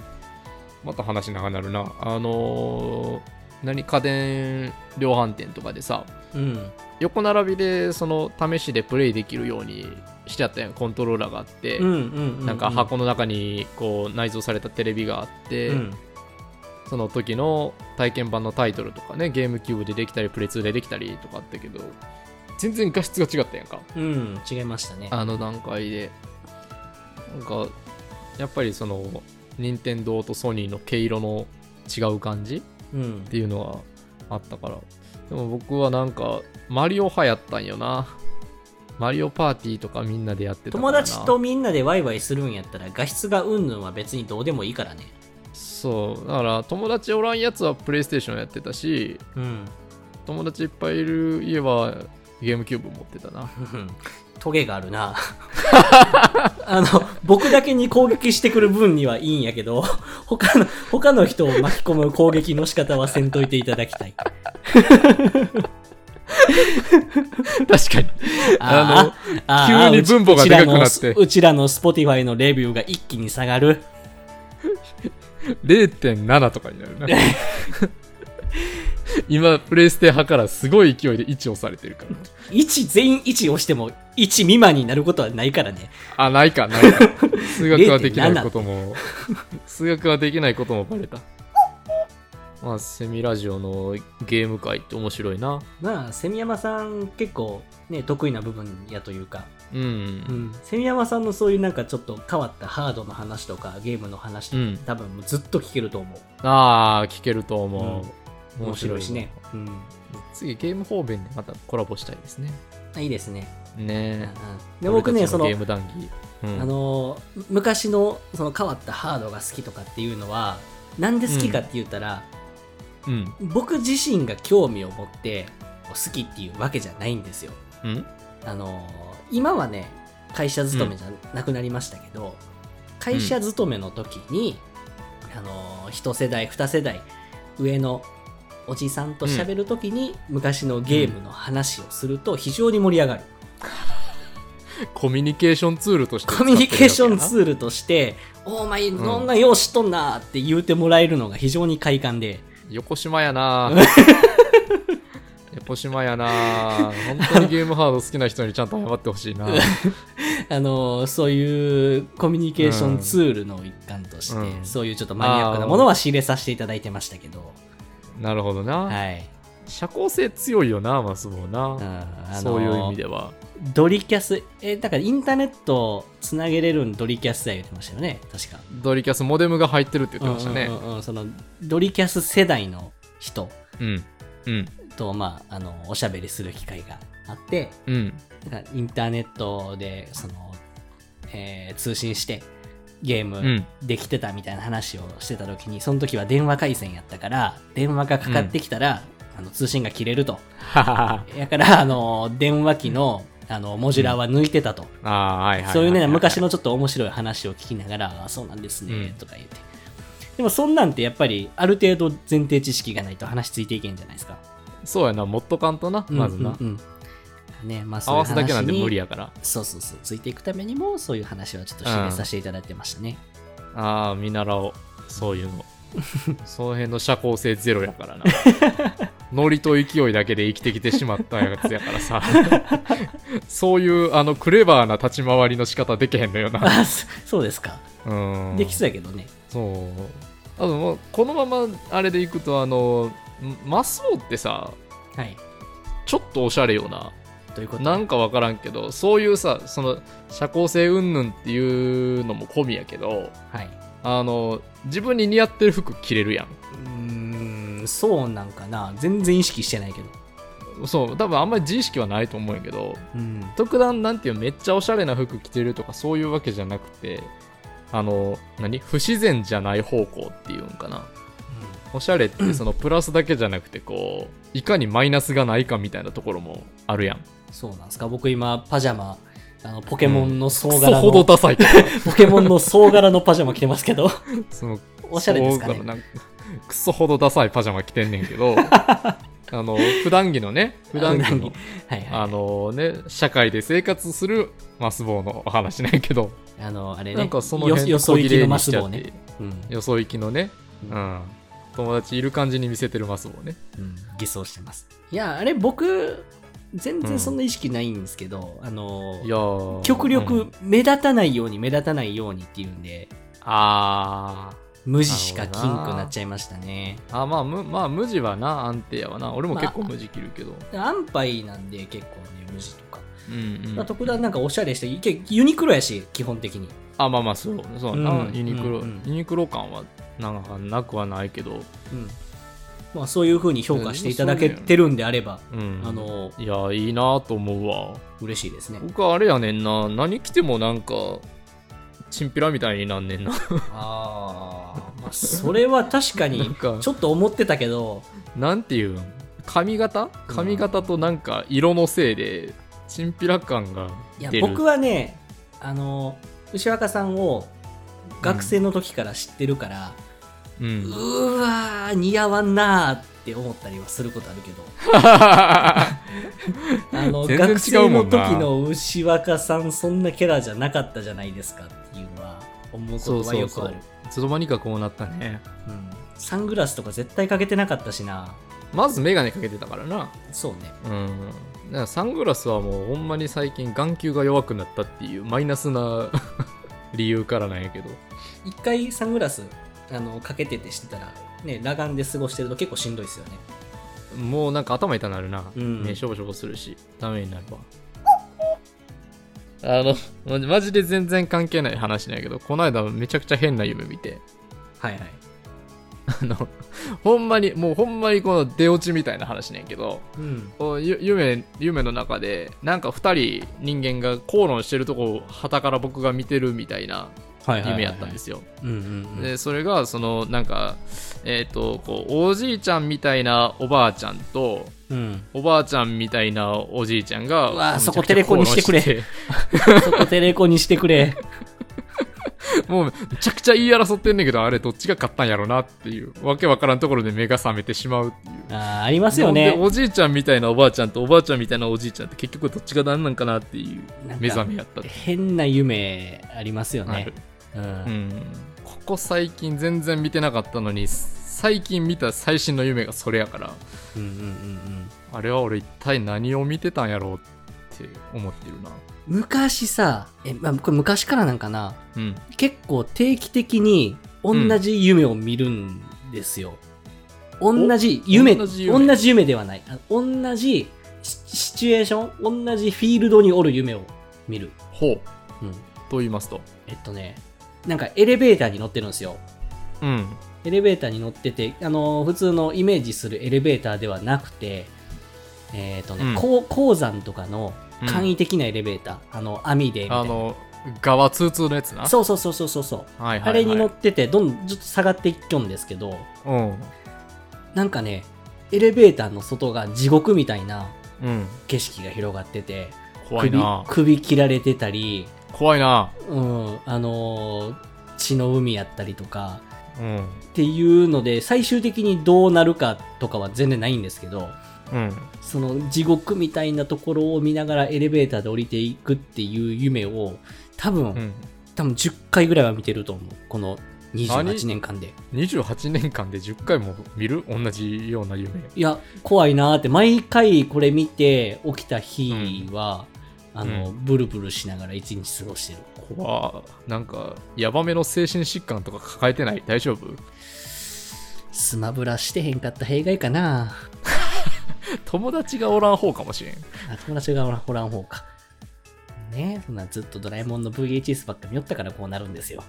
また話長なるなあの何家電量販店とかでさ
うん
横並びでその試しでプレイできるようにしてあったやんコントローラーがあって、
うんうんうん
なんか箱の中にこう内蔵されたテレビがあって、
うん
その時の体験版のタイトルとかねゲームキューブでできたりプレ2でできたりとかあったけど全然画質が違ったやんか
うん違いましたね
あの段階でなんかやっぱりその任天堂とソニーの毛色の違う感じ
うん
っていうのはあったからでも僕はなんかマリオ派やったんよなマリオパーティーとかみんなでやってたか
友
らな
達とみんなでワイワイするんやったら画質がうんぬんは別にどうでもいいからね
そうだから友達おらんやつはプレイステーションやってたし
うん
友達いっぱいいる家はゲームキューブ持ってたな
うんトゲがある なあの僕だけに攻撃してくる分にはいいんやけど他の他の人を巻き込む攻撃の仕方はせんといていただきたい
確かにあ
ーー
急に分母がでかくなって
うちらのうちらの Spotify のレビューが一気に下がる
0.7とかに なるな今プレイステ派からすごい勢いで1をされてるから
1全員1押しても1未満になることはないからね
あないかないか数学はできないことも 数学はできないこともバレたまあセミラジオのゲーム界って面白いな
まあセミヤマさん結構ね得意な部分やというか
うん
うん、セミヤマさんのそういうなんかちょっと変わったハードの話とかゲームの話とか、
うん
多分もうずっと聞けると思
ああ聞けると思う、
う面白いしね、うん、
次ゲーム方面でまたコラボしたいですね
いいですね、うんうん
ねえ
で僕ね
俺たち
その
ゲーム談義、うん、
あのー昔のその変わったハードが好きとかっていうのはなんで好きかって言ったら、
うん
僕自身が興味を持って好きっていうわけじゃないんですよ
うん
あのー今はね会社勤めじゃなくなりましたけど、会社勤めの時に、あのー一世代二世代上のおじさんと喋る時に、昔のゲームの話をすると非常に盛り上がる、
コミュニケーションツールとして
コミュニケーション
ール
ツールとして「おお前
ん
そんなようしとんな」って 言うてもらえるのが非常に快感で、
横島やなおしまいやな本当にゲームハード好きな人にちゃんと謝ってほし いな
あのそういうコミュニケーションツールの一環として、
うん
そういうちょっとマニアックなものは仕入れさせていただいてましたけど、
なるほどな、
はい、
社交性強いよなマスボな、
うんあの
そういう意味では
ドリキャスえだからインターネットつなげれるんドリキャスだ言ってましたよね確か
ドリキャスモデムが入ってるって言ってましたね
うんうんうんそのドリキャス世代の人
うんうん
と、まあ、あのおしゃべりする機会があって
うん
なんかインターネットでその、えー通信してゲー
う
ム
ん
できてたみたいな話をしてた時に、その時は電話回線やったから電話がかかってきたら、あの通信が切れると
ははは
やからあの電話機のあのモジュラーは抜いてたと、
あーはいはいはいはい
そういうね、昔のちょっと面白い話を聞きながら、あそうなんです
う
ね
ん、
とか言って。でも、そんなんってやっぱり、ある程度前提知識がないと話ついていけんじゃないですか。
そうやなもっとかんとなまずな、
うんうんうんね、まあ、
合わすだけなんで無理
や。
やから
そうそうそう。ついていくためにも、そういう話はちょっと示させていただいてましたね。
ああ見習おうそういう のその辺の社交性ゼロやからなノリと勢いだけで生きてきてしまったやつやからさそういうあのクレバーな立ち回りの仕方できへんのよな
あそそうですか。
うん
できそうやけどね。
そう多分もうこのままあれでいくとあのんマスオってさ
はい。
ちょっとおしゃれよな
ということで
なんかわからんけどそういうさその社交性云々っていうのも込みやけど
はい。
あの自分に似合ってる服着れるやん
うーん、そうなんかな。全然意識してないけど。
そう多分あんまり自意識はないと思うんやけど
うん。
特段なんていうめっちゃおしゃれな服着てるとかそういうわけじゃなくてあの何不自然じゃない方向っていうんかなおしゃれってそのプラスだけじゃなくてこういかにマイナスがないかみたいなところもあるやん
そうなんですか。僕今、パジャマ、あのポケモンの総
ク
柄
ソ
の、
ほどダサ いから
ポケモンの総柄のパジャマ着てますけ ど、
その
おしゃれですか
そう
ね。
なんかクソほどダサいパジャマ着てんねんけ どあの普段着のね普段着
普
の
段はいはい。
あのね社会で生活するマスボウのお話なんやけど
あの、あれね。
なんかその
よ
辺
よそ行きのマスボ
棒
ウね。うん。
よそ行きのね、
う
うん、友達いる感じに見せてるマスボウね
うん偽装してます。いや、あれ僕、全然そんな意識ないんですけど、あの
い、やー
極
う
力
ん
目立たないように目立たないようにっていうんで、
あー
無地しか金くなっちゃいましたね。
あまあむまあ無地はな安定やわな俺も結構無地着るけど、
安牌なんで結構ね、無地とか。
うんうん
まあ、特段なんかおしゃれして、いけユニクロやし、基本的に。
あまあまあそうそうな、
うん
ユニク
う
ロ、
んうん
ユニクロ感はなんかなくはないけど、
うん。まあ、そういうふうに評価していただけてるんであれば、
うん、
あの、
いやいいなと思うわ
嬉しいですね。
僕あれやねんな何着てもなんかチンピラみたいになんねんな
ああ、まあ、それは確か
なん
に、
か
ちょっと思ってたけど、
なんていうん髪型髪型となんか色のせいでチンピラ感が
いや
出、る
僕はね、あの、牛若さんを学生の時から知ってるから、
う
うんーわー、似合わんなーって思ったりはすることあるけ ど、あの、
全然
学
違う
生
も
の
んな
時の牛若さん、そんなキャラじゃなかったじゃないですかっていうのは、思うことはよくある。
いつの間にかこうなったね
うんサングラスとか絶対かけてなかったしな。
まず眼鏡かけてたからな
そうね。
うんだからサングラスはもうほんまに最近眼球が弱くなったっていうマイナスな 理由からなんやけど
一回サングラスあのかけててしてたら、ね、裸眼で過ごしてると結構しんどいですよね。
もうなんか頭痛なるな、
うん
ねしょぼしょぼするしダメになるわあのマジマジで全然関係ない話なんやけどこの間めちゃくちゃ変な夢見て
はいはい。
あのほんまにもうほんまにこの出落ちみたいな話なんやけど
うん。
こうゆ夢夢の中でなんか2人人間が口論してるとこを傍から僕が見てるみたいな
はい。
夢やったんですすよ、
うんうん、うん。
でそれがそのなんかえっ、とこうおじいちゃんみたいなおばあちゃんと
うん、
おばあちゃんみたいなおじいちゃんが
うわー
めちゃくちゃ
そこテレコにしてくれ
口論
そこテレコにしてくれ。
てもうめちゃくちゃ言い争ってんねんけどあれどっちが勝ったんやろなっていうわけわからんところで目が覚めてしまうっていう
あーありますよ
で
ね。
おじいちゃんみたいなおばあちゃんとおばあちゃんみたいなおじいちゃんって結局どっちが何なんかなっていう
なんか
目覚めやったって
変な夢ありますよ
あ
ね
る。
うん
うんここ最近全然見てなかったのに最近見た最新の夢がそれやから
うんうんうん
あれは俺一体何を見てたんやろうって思ってるな
うん昔さえ、まあ、これ昔からなんかな
うん
結構定期的に同じ夢を見るんですよ、
ん
同じ夢
同
同
じ
じ
夢
夢ではないあ同じシシチュエーション同じフィールドにおる夢を見る、
ほう
うん、
と言いますと
えっとねなんかエレベーターに乗ってるんですよ
うん
エレベーターに乗ってて、あのー普通のイメージするエレベーターではなくて、えっ、と
うん
ね、こう鉱山とかの
うん
簡易的なエレベーター、あの、網でみた
あ
いな。
の側通通のやつな
そうそうそうそうそうそう。
う、はいはいはい、
あれに乗ってて、どんどんちょっと下がっていっきょんですけど、
うん
なんかね、エレベーターの外が地獄みたいな
うん
景色が広がってて、
怖いな
首首切られてたり、
怖いな
うん、あのー血の海やったりとか、
うん
っていうので、最終的にどうなるかとかは全然ないんですけど、
うん
その地獄みたいなところを見ながらエレベーターで降りていくっていう夢を多分、
うん
多分10回ぐらいは見てると思うこの28年間で
28年間で10回も見る同じような夢
いや怖いなーって毎回これ見て起きた日は、あの、
う
ブルブルしながら一日過ごしてる
怖なんかヤバめの精神疾患とか抱えてない大丈夫
スマブラしてへんかった弊害かな
友達がおらん方かもしれん
あ友達がおらん方かねそんなずっとドラえもんの VHS ばっか見よったからこうなるんです よ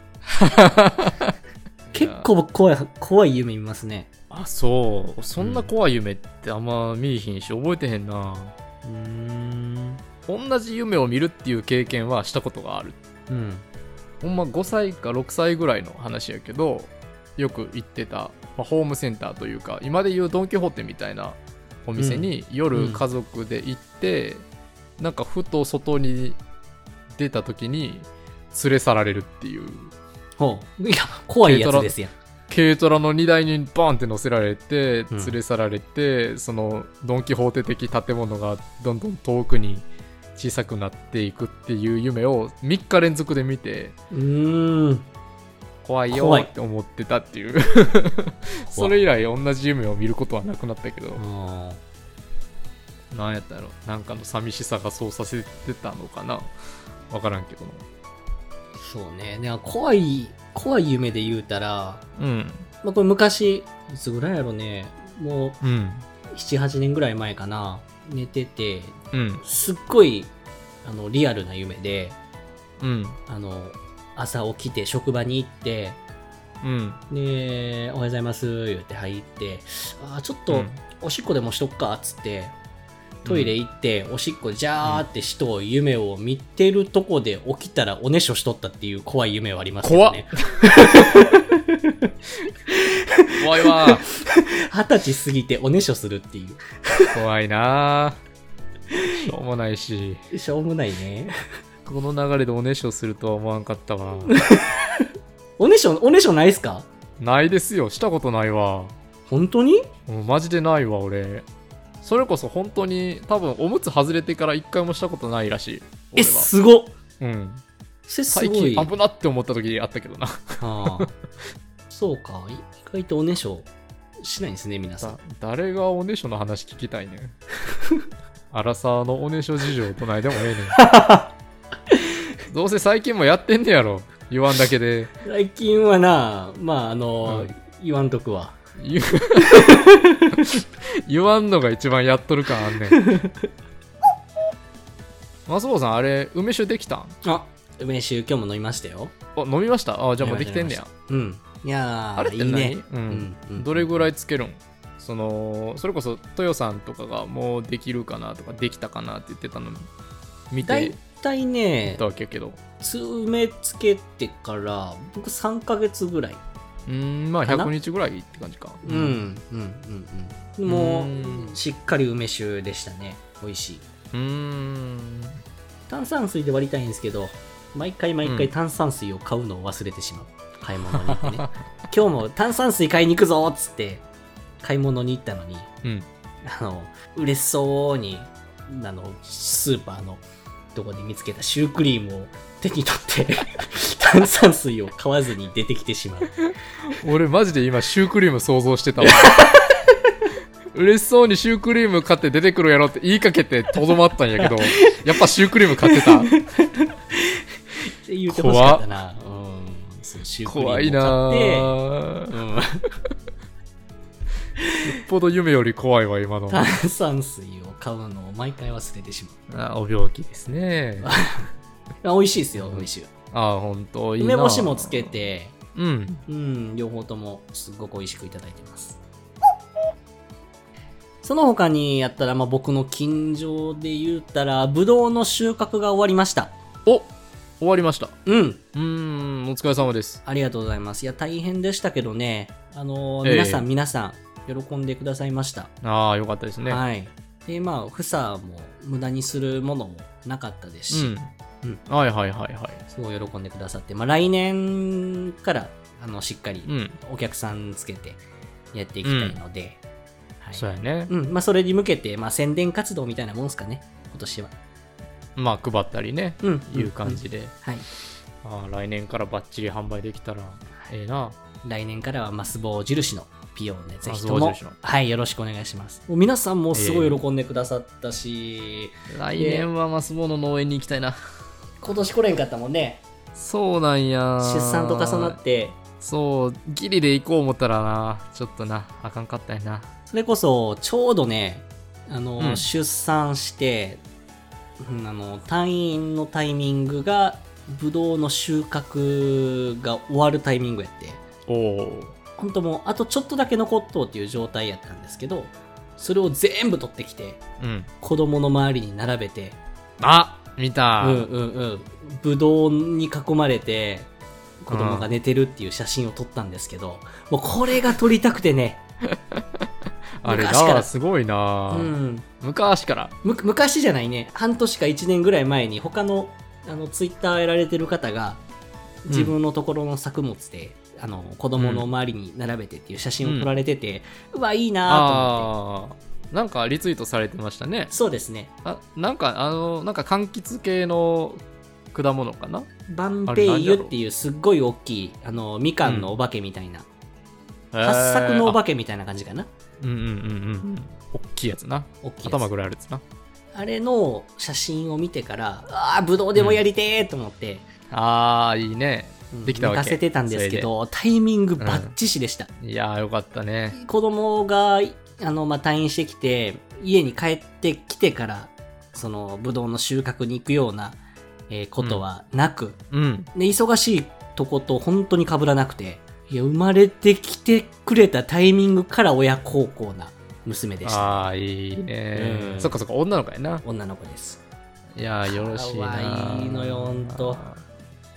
結構僕怖い怖い夢見ますね
あそうそんな怖い夢ってあんま見えひんし覚えてへんな
うーん
同じ夢を見るっていう経験はしたことがある
うん
ほんま5歳か6歳ぐらいの話やけどよく行ってた、まあホームセンターというか今でいうドン・キホーテみたいなお店に夜
うん
家族で行って、なんかふと外に出た時に連れ去られるっていう
ほういや怖いやつですやん
軽トラの荷台にバーンって乗せられて
うん
連れ去られて、そのドン・キホーテ的建物がどんどん遠くに小さくなっていくっていう夢を3日連続で見て
うーん
怖いよ
怖い
って思ってたっていうそれ以来同じ夢を見ることはなくなったけど
あ
なんやったやろなんかの寂しさがそうさせてたのかなわからんけども
ーそうねでも怖い怖い夢で言うたら、
うん
まあ、これ昔いつぐらいやろねも
うん
う78年ぐらい前かな寝てて
うん
すっごいあのリアルな夢で
うん
あの朝起きて職場に行って
うん
で「おはようございます」言って入って「あーちょっとおしっこでもしとっか」っつってトイレ行って、おしっこジャーってしとう夢を見てるとこで起きたらおねしょしとったっていう怖い夢はありますよね。
怖いわ
二十歳過ぎておねしょするってい
怖いなしょうもないし
う。しょうもないね。
この流れでおねしょするとは思わんかったわ
おねしょ、おねしょないっすか
ないですよしたことないわ
本当に
もうマジでないわ俺それこそ本当に多分おむつ外れてから一回もしたことないらしい
え、
俺は
すごっ
うん
せす
最
ご
近
い。
危なって思った時あったけどな
あ ーそうか。意外とおねしょしないんですね、皆さん。
誰がおねしょの話聞きたい ねんアラサーのおねしょ事情どないでも ええねんどうせ最近もやってんねやろ言わんだけで
最近はな、まあ、あの、
うん
言わんとくわ。
言う言わんのが一番やっとる感あ んねんマスボさんあれ梅酒できたん
あ、梅酒今日も飲みましたよ。
あ飲みましたあじゃあもうできてんねや
うん。いやー、
あれって
いい
何
ね。
う
うんんうん
どれぐらいつけるんそのそれこそ豊さんとかがもうできるかなとかできたかなって言ってたの見
だ
て
いたいね
た、わけやけど
詰めつけてから、僕3ヶ月ぐらい。
うーんまあ
かな
100日ぐらいって感じか
うん、うん、うん、うん。も
うん
う、しっかり梅酒でしたね。美味しい。
うーん
炭酸水で割りたいんですけど、毎回毎回炭酸水を買うのを忘れてしまう。買い物に行ってね。 今日も炭酸水買いに行くぞっつって、買い物に行ったのに、
うん
あの、嬉しそうに、あの、スーパーのとこで見つけたシュークリームを手に取 って炭酸水を買わずに出てきてしまう。
俺マジで今シュークリーム想像して たわ嬉しそうにシュークリーム買って出てくるやろって言いかけてとどまったんやけ どやっぱシュークリーム買ってた
って言ってほしかったな。うん、そうシュークリームを
怖
買
い
っ
な
て
ぁよ
うん
っぽど夢より怖いわ今の
炭酸水を買うのを毎回忘れてしまう
あお病気ですね
あ美味しいですよ梅酒
あ本当いいなぁ
梅干しもつけて
うん
うん両方ともすっごく美味しくいただいてますその他にやったら、まあ、僕の近所で言ったらぶどうの収穫が終わりました
お終わりました
うん
うーんお疲れ様です
ありがとうございますいや大変でしたけどねあの
ええ
皆さん、皆さん喜んでくださいました
ああよかったですね、
はいでまあ房も無駄にするものもなかったです
う
し、
ん
うん
はいはいはいはい
すごい喜んでくださって、まあ、来年からあのしっかり
うん
お客さんつけてやっていきたいので、はい
そうやね、
うんまあ、それに向けて、まあ、宣伝活動みたいなもんですかね今年は、
まあ配ったりね
うん、
いう感じで、
うん、はい、
ああ来年からバッチリ販売できたらええな
来年からはマスボウ印のピオンでぜひと
マスボ
も
ウ印の、
はい、よろしくお願いしますもう皆さんもすごい喜んでくださったし、
来年はマスボの農園に行きたいな
今年来れんかったもんね
そうなんや
出産と重なって
そうギリで行こう思ったらなちょっとなあかんかったやな
それこそちょうどねあの、
うん
出産して、うんあの退院のタイミングがブドウの収穫が終わるタイミングやって
おお
本当もうあとちょっとだけ残っとうっていう状態やったんですけどそれを全部取ってきて
うん
子供の周りに並べて
あ見た、
うんうんうんブドウに囲まれて子供が寝てるっていう写真を撮ったんですけど、もうこれが撮りたくてね、
あれ
昔から
なすごいな、
うん、
昔から
む昔じゃないね半年か1年ぐらい前に他のあのツイッターやられてる方が
ん
自分のところの作物で、あの子供の周りに並べてっていう写真を撮られてて、うわいいなぁと思って
ああなんかリツイートされてましたね
そうですね
あなんかあのなんか柑橘系の果物かな
バンペイユっていうすっごい大きいあのみかんのお化けみたいな、八作のお化けみたいな感じかな
うんうんうんうん大きいやつな
大きいやつ
頭ぐらいあるやつな
あれの写真を見てからああブドウでもやりてーと思って、
あーいいね
うん
できたわけ
寝かせてたんですけどタイミングバッチシでした、
いやーよかったね
子供があのまあ退院してきて家に帰ってきてからそのブドウの収穫に行くような、えーことはなく、
うん
で忙しいとこと本当に被らなくていや生まれてきてくれたタイミングから親孝行な娘でした
ああいいね、
うん
そっかそっか女の子やな
女の子です
いやーよろしいな
可愛いのよほんと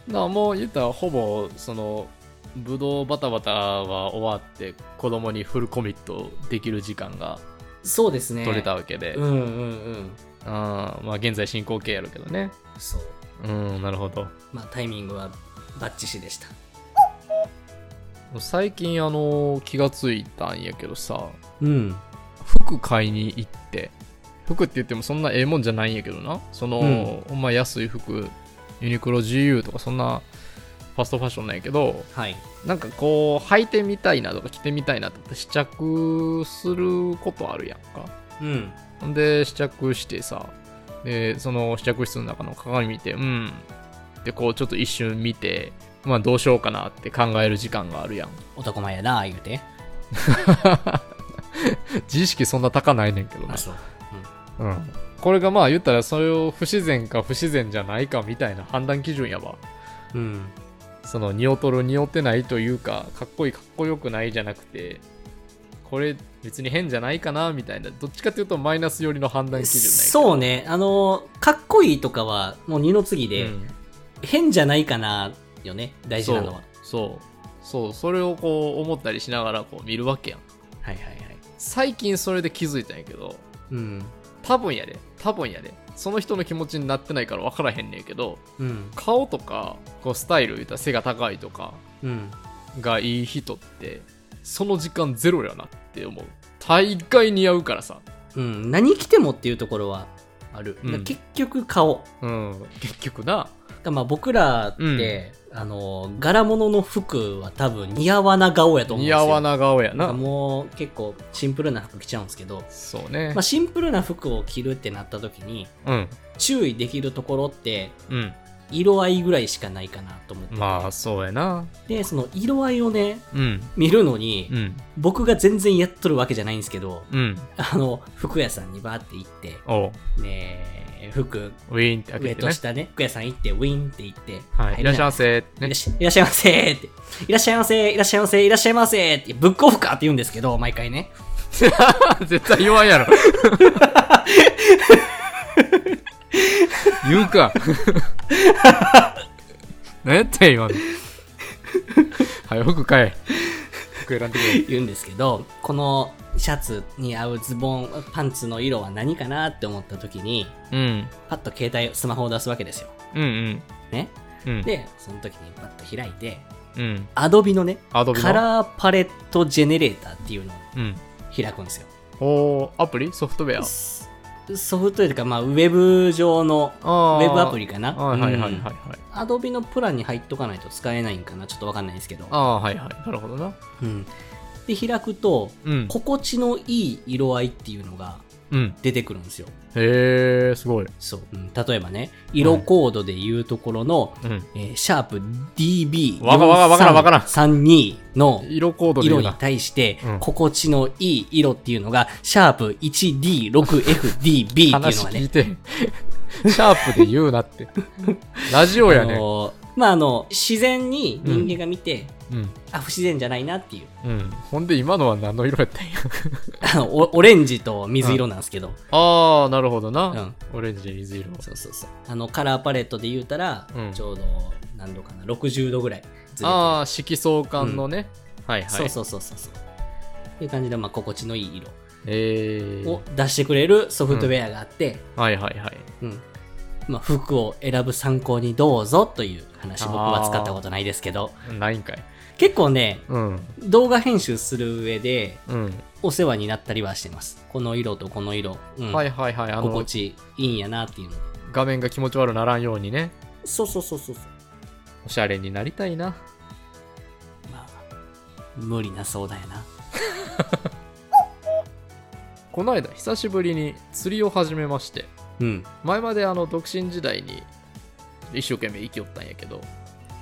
なもう言ったらほぼそのブドウバタバタは終わって子供にフルコミットできる時間が
そうですね
取れたわけで、
うんうんうん
あーまあ現在進行形やるけどね
そう
うんなるほど
まあタイミングはバッチシでした
最近あの気がついたんやけどさ
うん
服買いに行って服って言ってもそんなええもんじゃないんやけどなその、
うん
ほんま安い服ユニクロ GU とかそんなファストファッションなんやけど
はい
なんかこう履いてみたいなとか着てみたいなとか試着することあるやんか
うん
ほんで試着してさでその試着室の中の鏡見てうんでこうちょっと一瞬見てまあどうしようかなって考える時間があるやん
男前やな言うて
自意識そんな高ないねんけどな
そう
うん、これがまあ言ったらそれを不自然か不自然じゃないかみたいな判断基準やわ
うん
その匂うとる匂ってないというかかっこいいかっこよくないじゃなくてこれ別に変じゃないかなみたいなどっちかというとマイナス寄りの判断基準ない
そうねあのかっこいいとかはもう二の次で、
うん
変じゃないかなよね大事
そ
なの
う
は
そうそうそれをこう思ったりしながらこう見るわけやん
はいはいはい
最近それで気づいたんやけど
うん
多分やで多分やでその人の気持ちになってないから分からへんねんけど
うん
顔とかこうスタイル言ったら背が高いとか
うん
がいい人ってその時間ゼロやなって思う大概似合うからさ
うん何着てもっていうところはある、
うん
だから結局顔
うん結局な
らまあ僕らって、あの、柄物の服は多分似合わな顔やと思うんです
似
よ。
合わな顔や
なんか
な。
もう結構シンプルな服着ちゃうんですけど、
そうね
まあ、。シンプルな服を着るってなった時に
うん。
注意できるところって
うん。
色合いぐらいしかないかなと思って、
まあ、そうやな。
でその色合いをね
うん。
見るのに、
うん。
僕が全然やっとるわけじゃないんですけど
うん。
あの服屋さんにバーって行って
おう
ねえ服
ウィーンって開け
上
て
と
ね。
下ね服屋さん行ってウィンって行って「
はい。いらっしゃいませ。
いら
ね
っ。しゃいらっしゃいませ」って「いらっしゃいませいらっしゃいませいらっしゃいませ」って「ブックオフか」って言うんですけど毎回ね
絶対言わんやろ。言うか。 何やったん今の。早く買え。服選んでくれ。
言うんですけどこのシャツに合うズボンパンツの色は何かなって思った時に
うん。
パッと携帯スマホを出すわけですよ。
うんうん。
ね、
うん。
でその時にパッと開いて
うん。
アドビのね
アドビ
カ
の。
ラーパレットジェネレーターっていうのを
うん。
開くんですよ。
おーアプリソフトウェア。
ソフトウェアというか、まあ、ウェブ上のウ
あー
ェブアプリかな。
はいはいはいはいはい。
アドビのプランに入っとかないと使えないんかなちょっとわかんないんですけど。
ああ、はいはい。なるほどな。
うん、で、開くと、
うん。
心地のいい色合いっていうのが
うん。
出てくるんですよ。
へえ、すごい。
そう。うん、例えばね、色コードでいうところの、
うん。
えーシャープ DB
わかわかわからんわからん
3332の
色コードで
色
言う
に
な。
対して
うん
心地のいい色っていうのがシャープ 1D6FDB っていうのが
話聞
ね
いて。 シャープで言う なって。ラジオ
あ
やね。
のまああの自然に人間が見て、
うん。
あ不自然じゃないなっていう
うん。ほんで、今のは何の色やったんや。
あのおオレンジと水色なんですけど、
ああ、なるほど
う
な。
ん
オレンジ、水色。
そうそうそうあのカラーパレットで言うたら、
うん
ちょうど何度かな60度ぐらいずれて
ああ、色相関のね。はいはい。
そうそうそうそうそうっていう感じで、まあ、心地のいい色
えー
を出してくれるソフトウェアがあって、
はいはいはい。
うんまあ、服を選ぶ参考にどうぞという話
あー
僕は使ったことないですけど
ないんかい。
結構ね
うん。
動画編集する上で
うん。
お世話になったりはしてますこの色とこの色、うん
はいはいはい。あ
心
の、
地いいんやなっていうの
画面が気持ち悪ならんようにね。
そうそうそうそうそう
おしゃれになりたいな。
まあ無理なそうだよな
この間、久しぶりに釣りを始めまして。
うん
前まであの独身時代に一生懸命生きよったんやけど、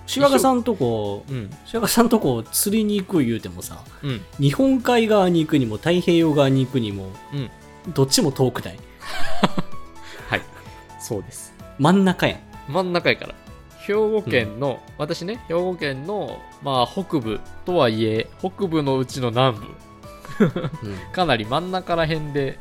白川さんとこ
うん、
白川さんとこ釣りに行く言うてもさ
うん、
日本海側に行くにも太平洋側に行くにも
うん、
どっちも遠くない
はい、そうです。
真ん中や ん
真ん中やから。兵庫県の、私ね、兵庫県の、まあ、北部とはいえ、北部のうちの南部、
うん
かなり真ん中ら辺で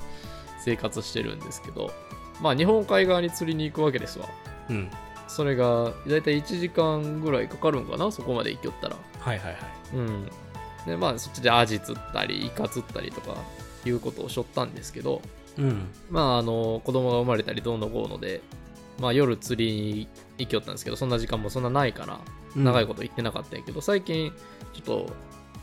生活してるんですけど、まあ、日本海側に釣りに行くわけですわ。
うん
それが、だいたい1時間ぐらいかかるんかな、そこまで行きよったら。
はいはいはい
うん。で、まあ、そっちでアジ釣ったり、イカ釣ったりとか、いうことをしょったんですけど、
うん
まあ、あの、子供が生まれたり、どうのこうので、まあ、夜釣りに行きよったんですけど、そんな時間もそんなないから、長いこと行ってなかったんやけど、最近、ちょっと、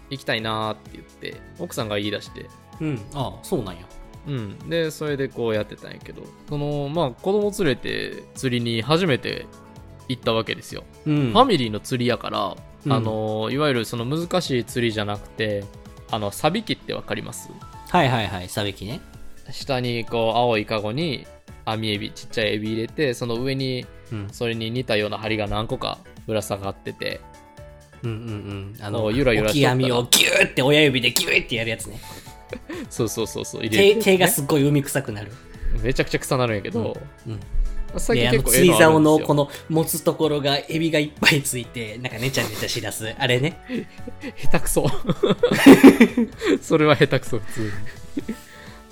行きたいなーって言って、奥さんが言い出して、
うん、ああそうなんや
うん。で、それでこうやってたんやけど、その、まあ、子供連れて釣りに初めて行ったわけですよ。
うん
ファミリーの釣りやから、
うん
あのいわゆるその難しい釣りじゃなくてあのサビキってわかります
はいはいはいサビキね
下にこう青いカゴに網エビちっちゃいエビ入れてその上に
うん
それに似たような針が何個かぶら下がってて
うんうんうんあ
こ
の
うゆらゆら
置
し
き
とったら
網をギューって親指でギューってやるやつね
そうそうそうそう入れ
手
て
手がすっごい海臭くなる、
めちゃくちゃ臭なるんやけど、
うん、
最
であの釣
ええ
り
ある
竿
ん
の
ですよ
この持つところがエビがいっぱいついてなんかねちゃねちゃしだすあれね
下手 くそそれは下手くそ普通に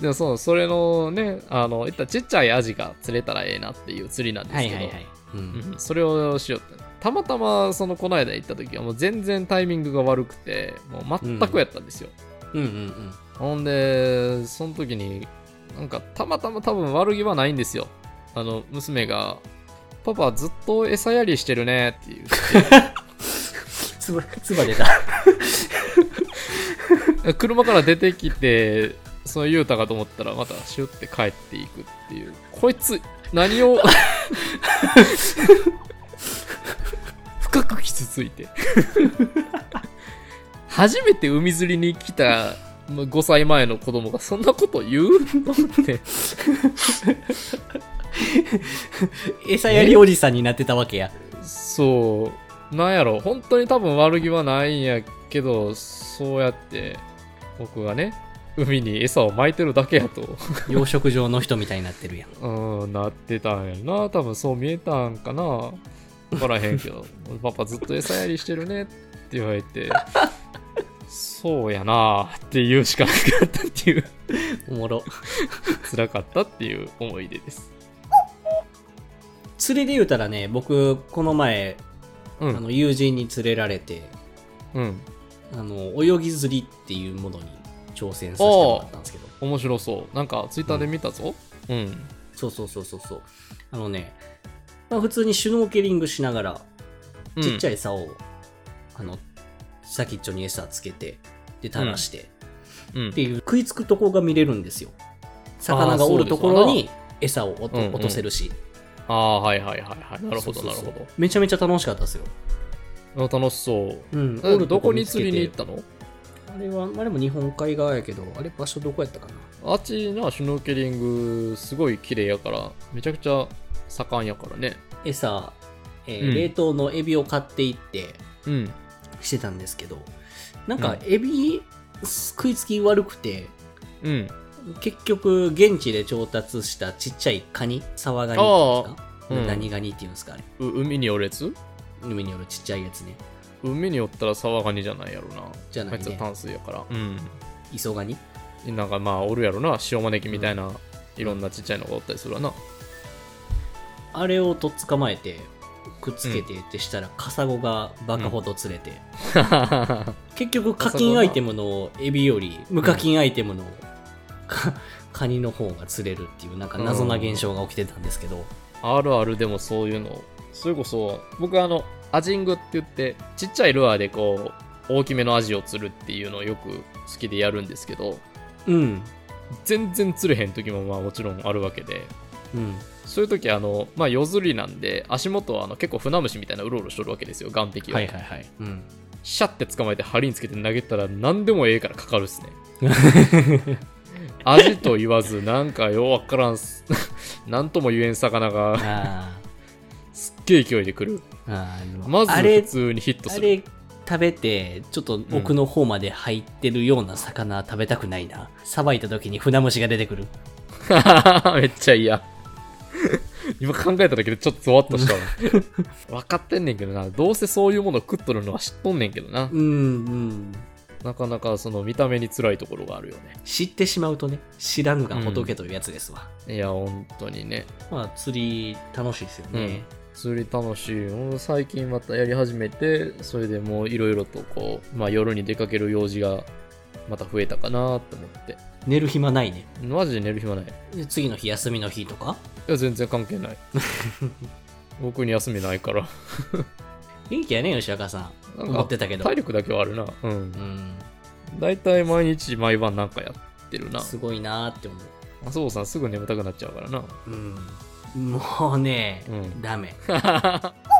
でもそうそれのねあのいったらちっちゃいアジが釣れたらええなっていう釣りなんです
は
け
い
ど、
はいはい、う
うんん、それをしようってたまたまそのこの間行った時はもう全然タイミングが悪くてもう全くやったんですよ、
うんうん
ほんでその時になんかたまたま多分悪気はないんですよあの娘が「パパずっと餌やりしてるね」っていう
つばつば出た
車から出てきてその言うたかと思ったらまたシュッて帰っていくっていうこいつ何をく傷ついて初めて海釣りに来たま5歳前の子供がそんなこと言うと思って
餌やりおじさんになってたわけや。
そうなんやろ本当に多分悪気はないんやけどそうやって僕がね海に餌を撒いてるだけやと
養殖場の人みたいになってるやん。
うん、なってたんやろな。多分そう見えたんかな。わからへんけど、 パパずっと餌やりしてるねって言われて、そうやなって言うしかなかったっていう、
おもろ。
辛かったっていう思い出です。
釣りで言うたらね、僕、この前、
う
あ
ん。
の友人に連れられて、
うん。
あの、泳ぎ釣りっていうものに挑戦させてもらったんですけど。
面白そう。なんかツイッターで見たぞ。うん。
そうそうそうそうそう。あのね、まあ、普通にシュノーケリングしながら、
うん
ちっちゃ
い。
い竿を、あの、先っちょに餌つけて、で、垂らして、
うん
っていう食いつくとこが見れるんですよ。魚がおるところに餌を落と
うんうん
落とせるし。
ああ、はいはいはいはい。なるほど、
そう
な
そ
る
うそう
ほ
めちゃめちゃ楽しかったですよ。
ど。楽しそ
う
う。
ん。お
え
る
ど
と
こ
見
に
つ
釣
け
り
て
に行ったの
あれは、まあ、でも日本海側やけど、あれ場所どこやったかな。
あっちな、シュノーケリング、すごい綺麗やから、めちゃくちゃ盛んやからね。
餌、えー
うん
冷凍のエビを買っていって
うん。
してたんですけど、なんか
う
エビ食いつき悪くて、
うん。
結局現地で調達したちっちゃいカニ、サワガニっていうんですか
うん
何ガニっていうんですかあれ。
う海におるやつ
海によるちっちゃいやつね。
海におったら沢ガニじゃないやろな。
じゃない
あいつは
ね。
淡水やから。う
磯ガニ
ん。なんかまあおるやろな。塩招きみたいな、いろんなちっちゃいのがおったりするわ な。
あれをとっ捕まえて、くっつけてってしたら、カサゴがバカほど釣れて、結局課金アイテムのエビより無課金アイテムの かカニの方が釣れるっていうなんか謎な現象が起きてたんですけど、
あるあるでもそういうの。それこそ、僕あの、アジングって言って、ちっちゃいルアーでこう、大きめのアジを釣るっていうのをよく好きでやるんですけど、
うん、
全然釣れへん時もまあもちろんあるわけで、
うん、
そういう時あの、まあ夜釣りなんで、足元はあの結構船虫みたいなうろうろしとるわけですよ、岸壁を。
いはい。うん。
シャッて捕まえて針につけて投げたら何でもええからかかるっすね味と言わずなんかようわからんす なんとも言えん魚が
あ
すっげえ勢いで来る
ーあー、
まず
あ
普
れ、
通にヒット
あ
する
れ食べて、ちょっと奥の方まで入ってるような魚食べたくないな。さばいた時に船虫が出てくる。
めっちゃ嫌今考えただけでちょっとゾワッとしたわ分かってんねんけどなどうせそういうもの食っとるのは知っとんねんけどな
うん、うん。
なかなかその見た目に辛いところがあるよ
知ってしまうとね、知らぬが仏というやつですわ。
ねいや本当にね
まあ、釣り楽しいですよね。
釣り楽しい俺最近またやり始めてそれでもういろいろとこう、まあ、夜に出かける用事がまた増えたかなと思って
寝る暇ないね。
マジで寝る暇ないい
で次の日休みの日とか
や全然関係 ない僕に休みないから
元気やね吉若さん
なんか
思ってたけど
体力だけはあるなうん
うん
大体毎日毎晩なんかやってるな
すごいなーって思
麻生さんすぐ眠たくなっちゃうからな
ううんもうね、
うん
ダメ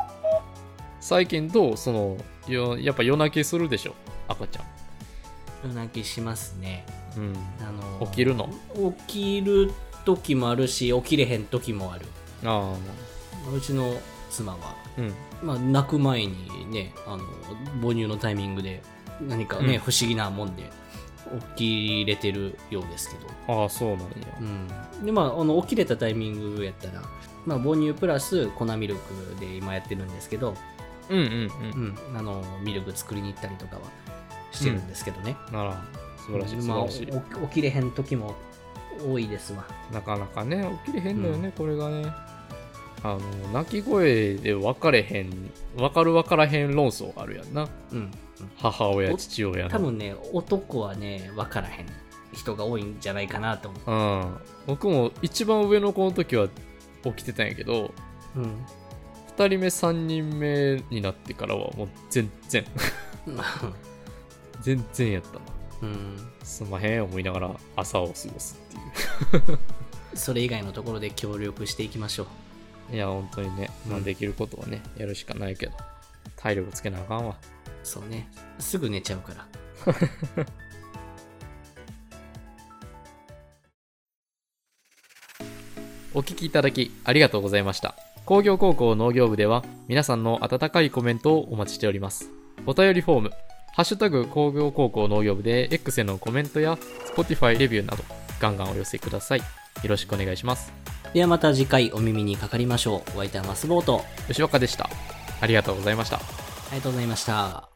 最近どうそのよやっぱ夜泣きするでしょ赤ち
夜泣きしますね
ゃん、
あの
うん、起きるの
起きる時もあるし起きれへん時もある
あ
うちの妻は、
あうん
まあ、泣く前にねあの母乳のタイミングで何かね、
うん
不思議なもんで起きれてるようですけど
ああそうなんや
うん、でまああの起きれたタイミングやったら、まあ、母乳プラス粉ミルクで今やってるんですけど、
うんうんうん
うん、あのミルク作りに行ったりとかはしてるんですけどね、
なら素晴らしい素
まあ
晴
お
らしい、
起きれへん時も多いですわ
なかなかね起きれへんのよね、これがねあの泣き声で分かれへん分かる分からへん論争があるやんな
うん、
母親
お
父親の
多分ね男はね分からへん人が多いんじゃないかなと思
うん僕も一番上の子の時は起きてたんやけど
う、うん、
2人目3人目になってからはもう全 然全然やったな
うん、
すんまへん思いながら朝を過ごすっていう
それ以外のところで協力していきましょう
いや、本当にね、まあ、
うん
できることはね、やるしかないけど、体力つけなあかんわ。
そうね。すぐ寝ちゃうから。
お聞きいただきありがとうございました。工業高校農業部では皆さんの温かいコメントをお待ちしております。お便りフォーム、ハッシュタグ工業高校農業部で X へのコメントや Spotify レビューなどガンガンお寄せください。よろしくお願いします。
ではまた次回お耳にかかりましょう。お相手はマスボート。
吉岡でした。ありがとうございました。
ありがとうございました。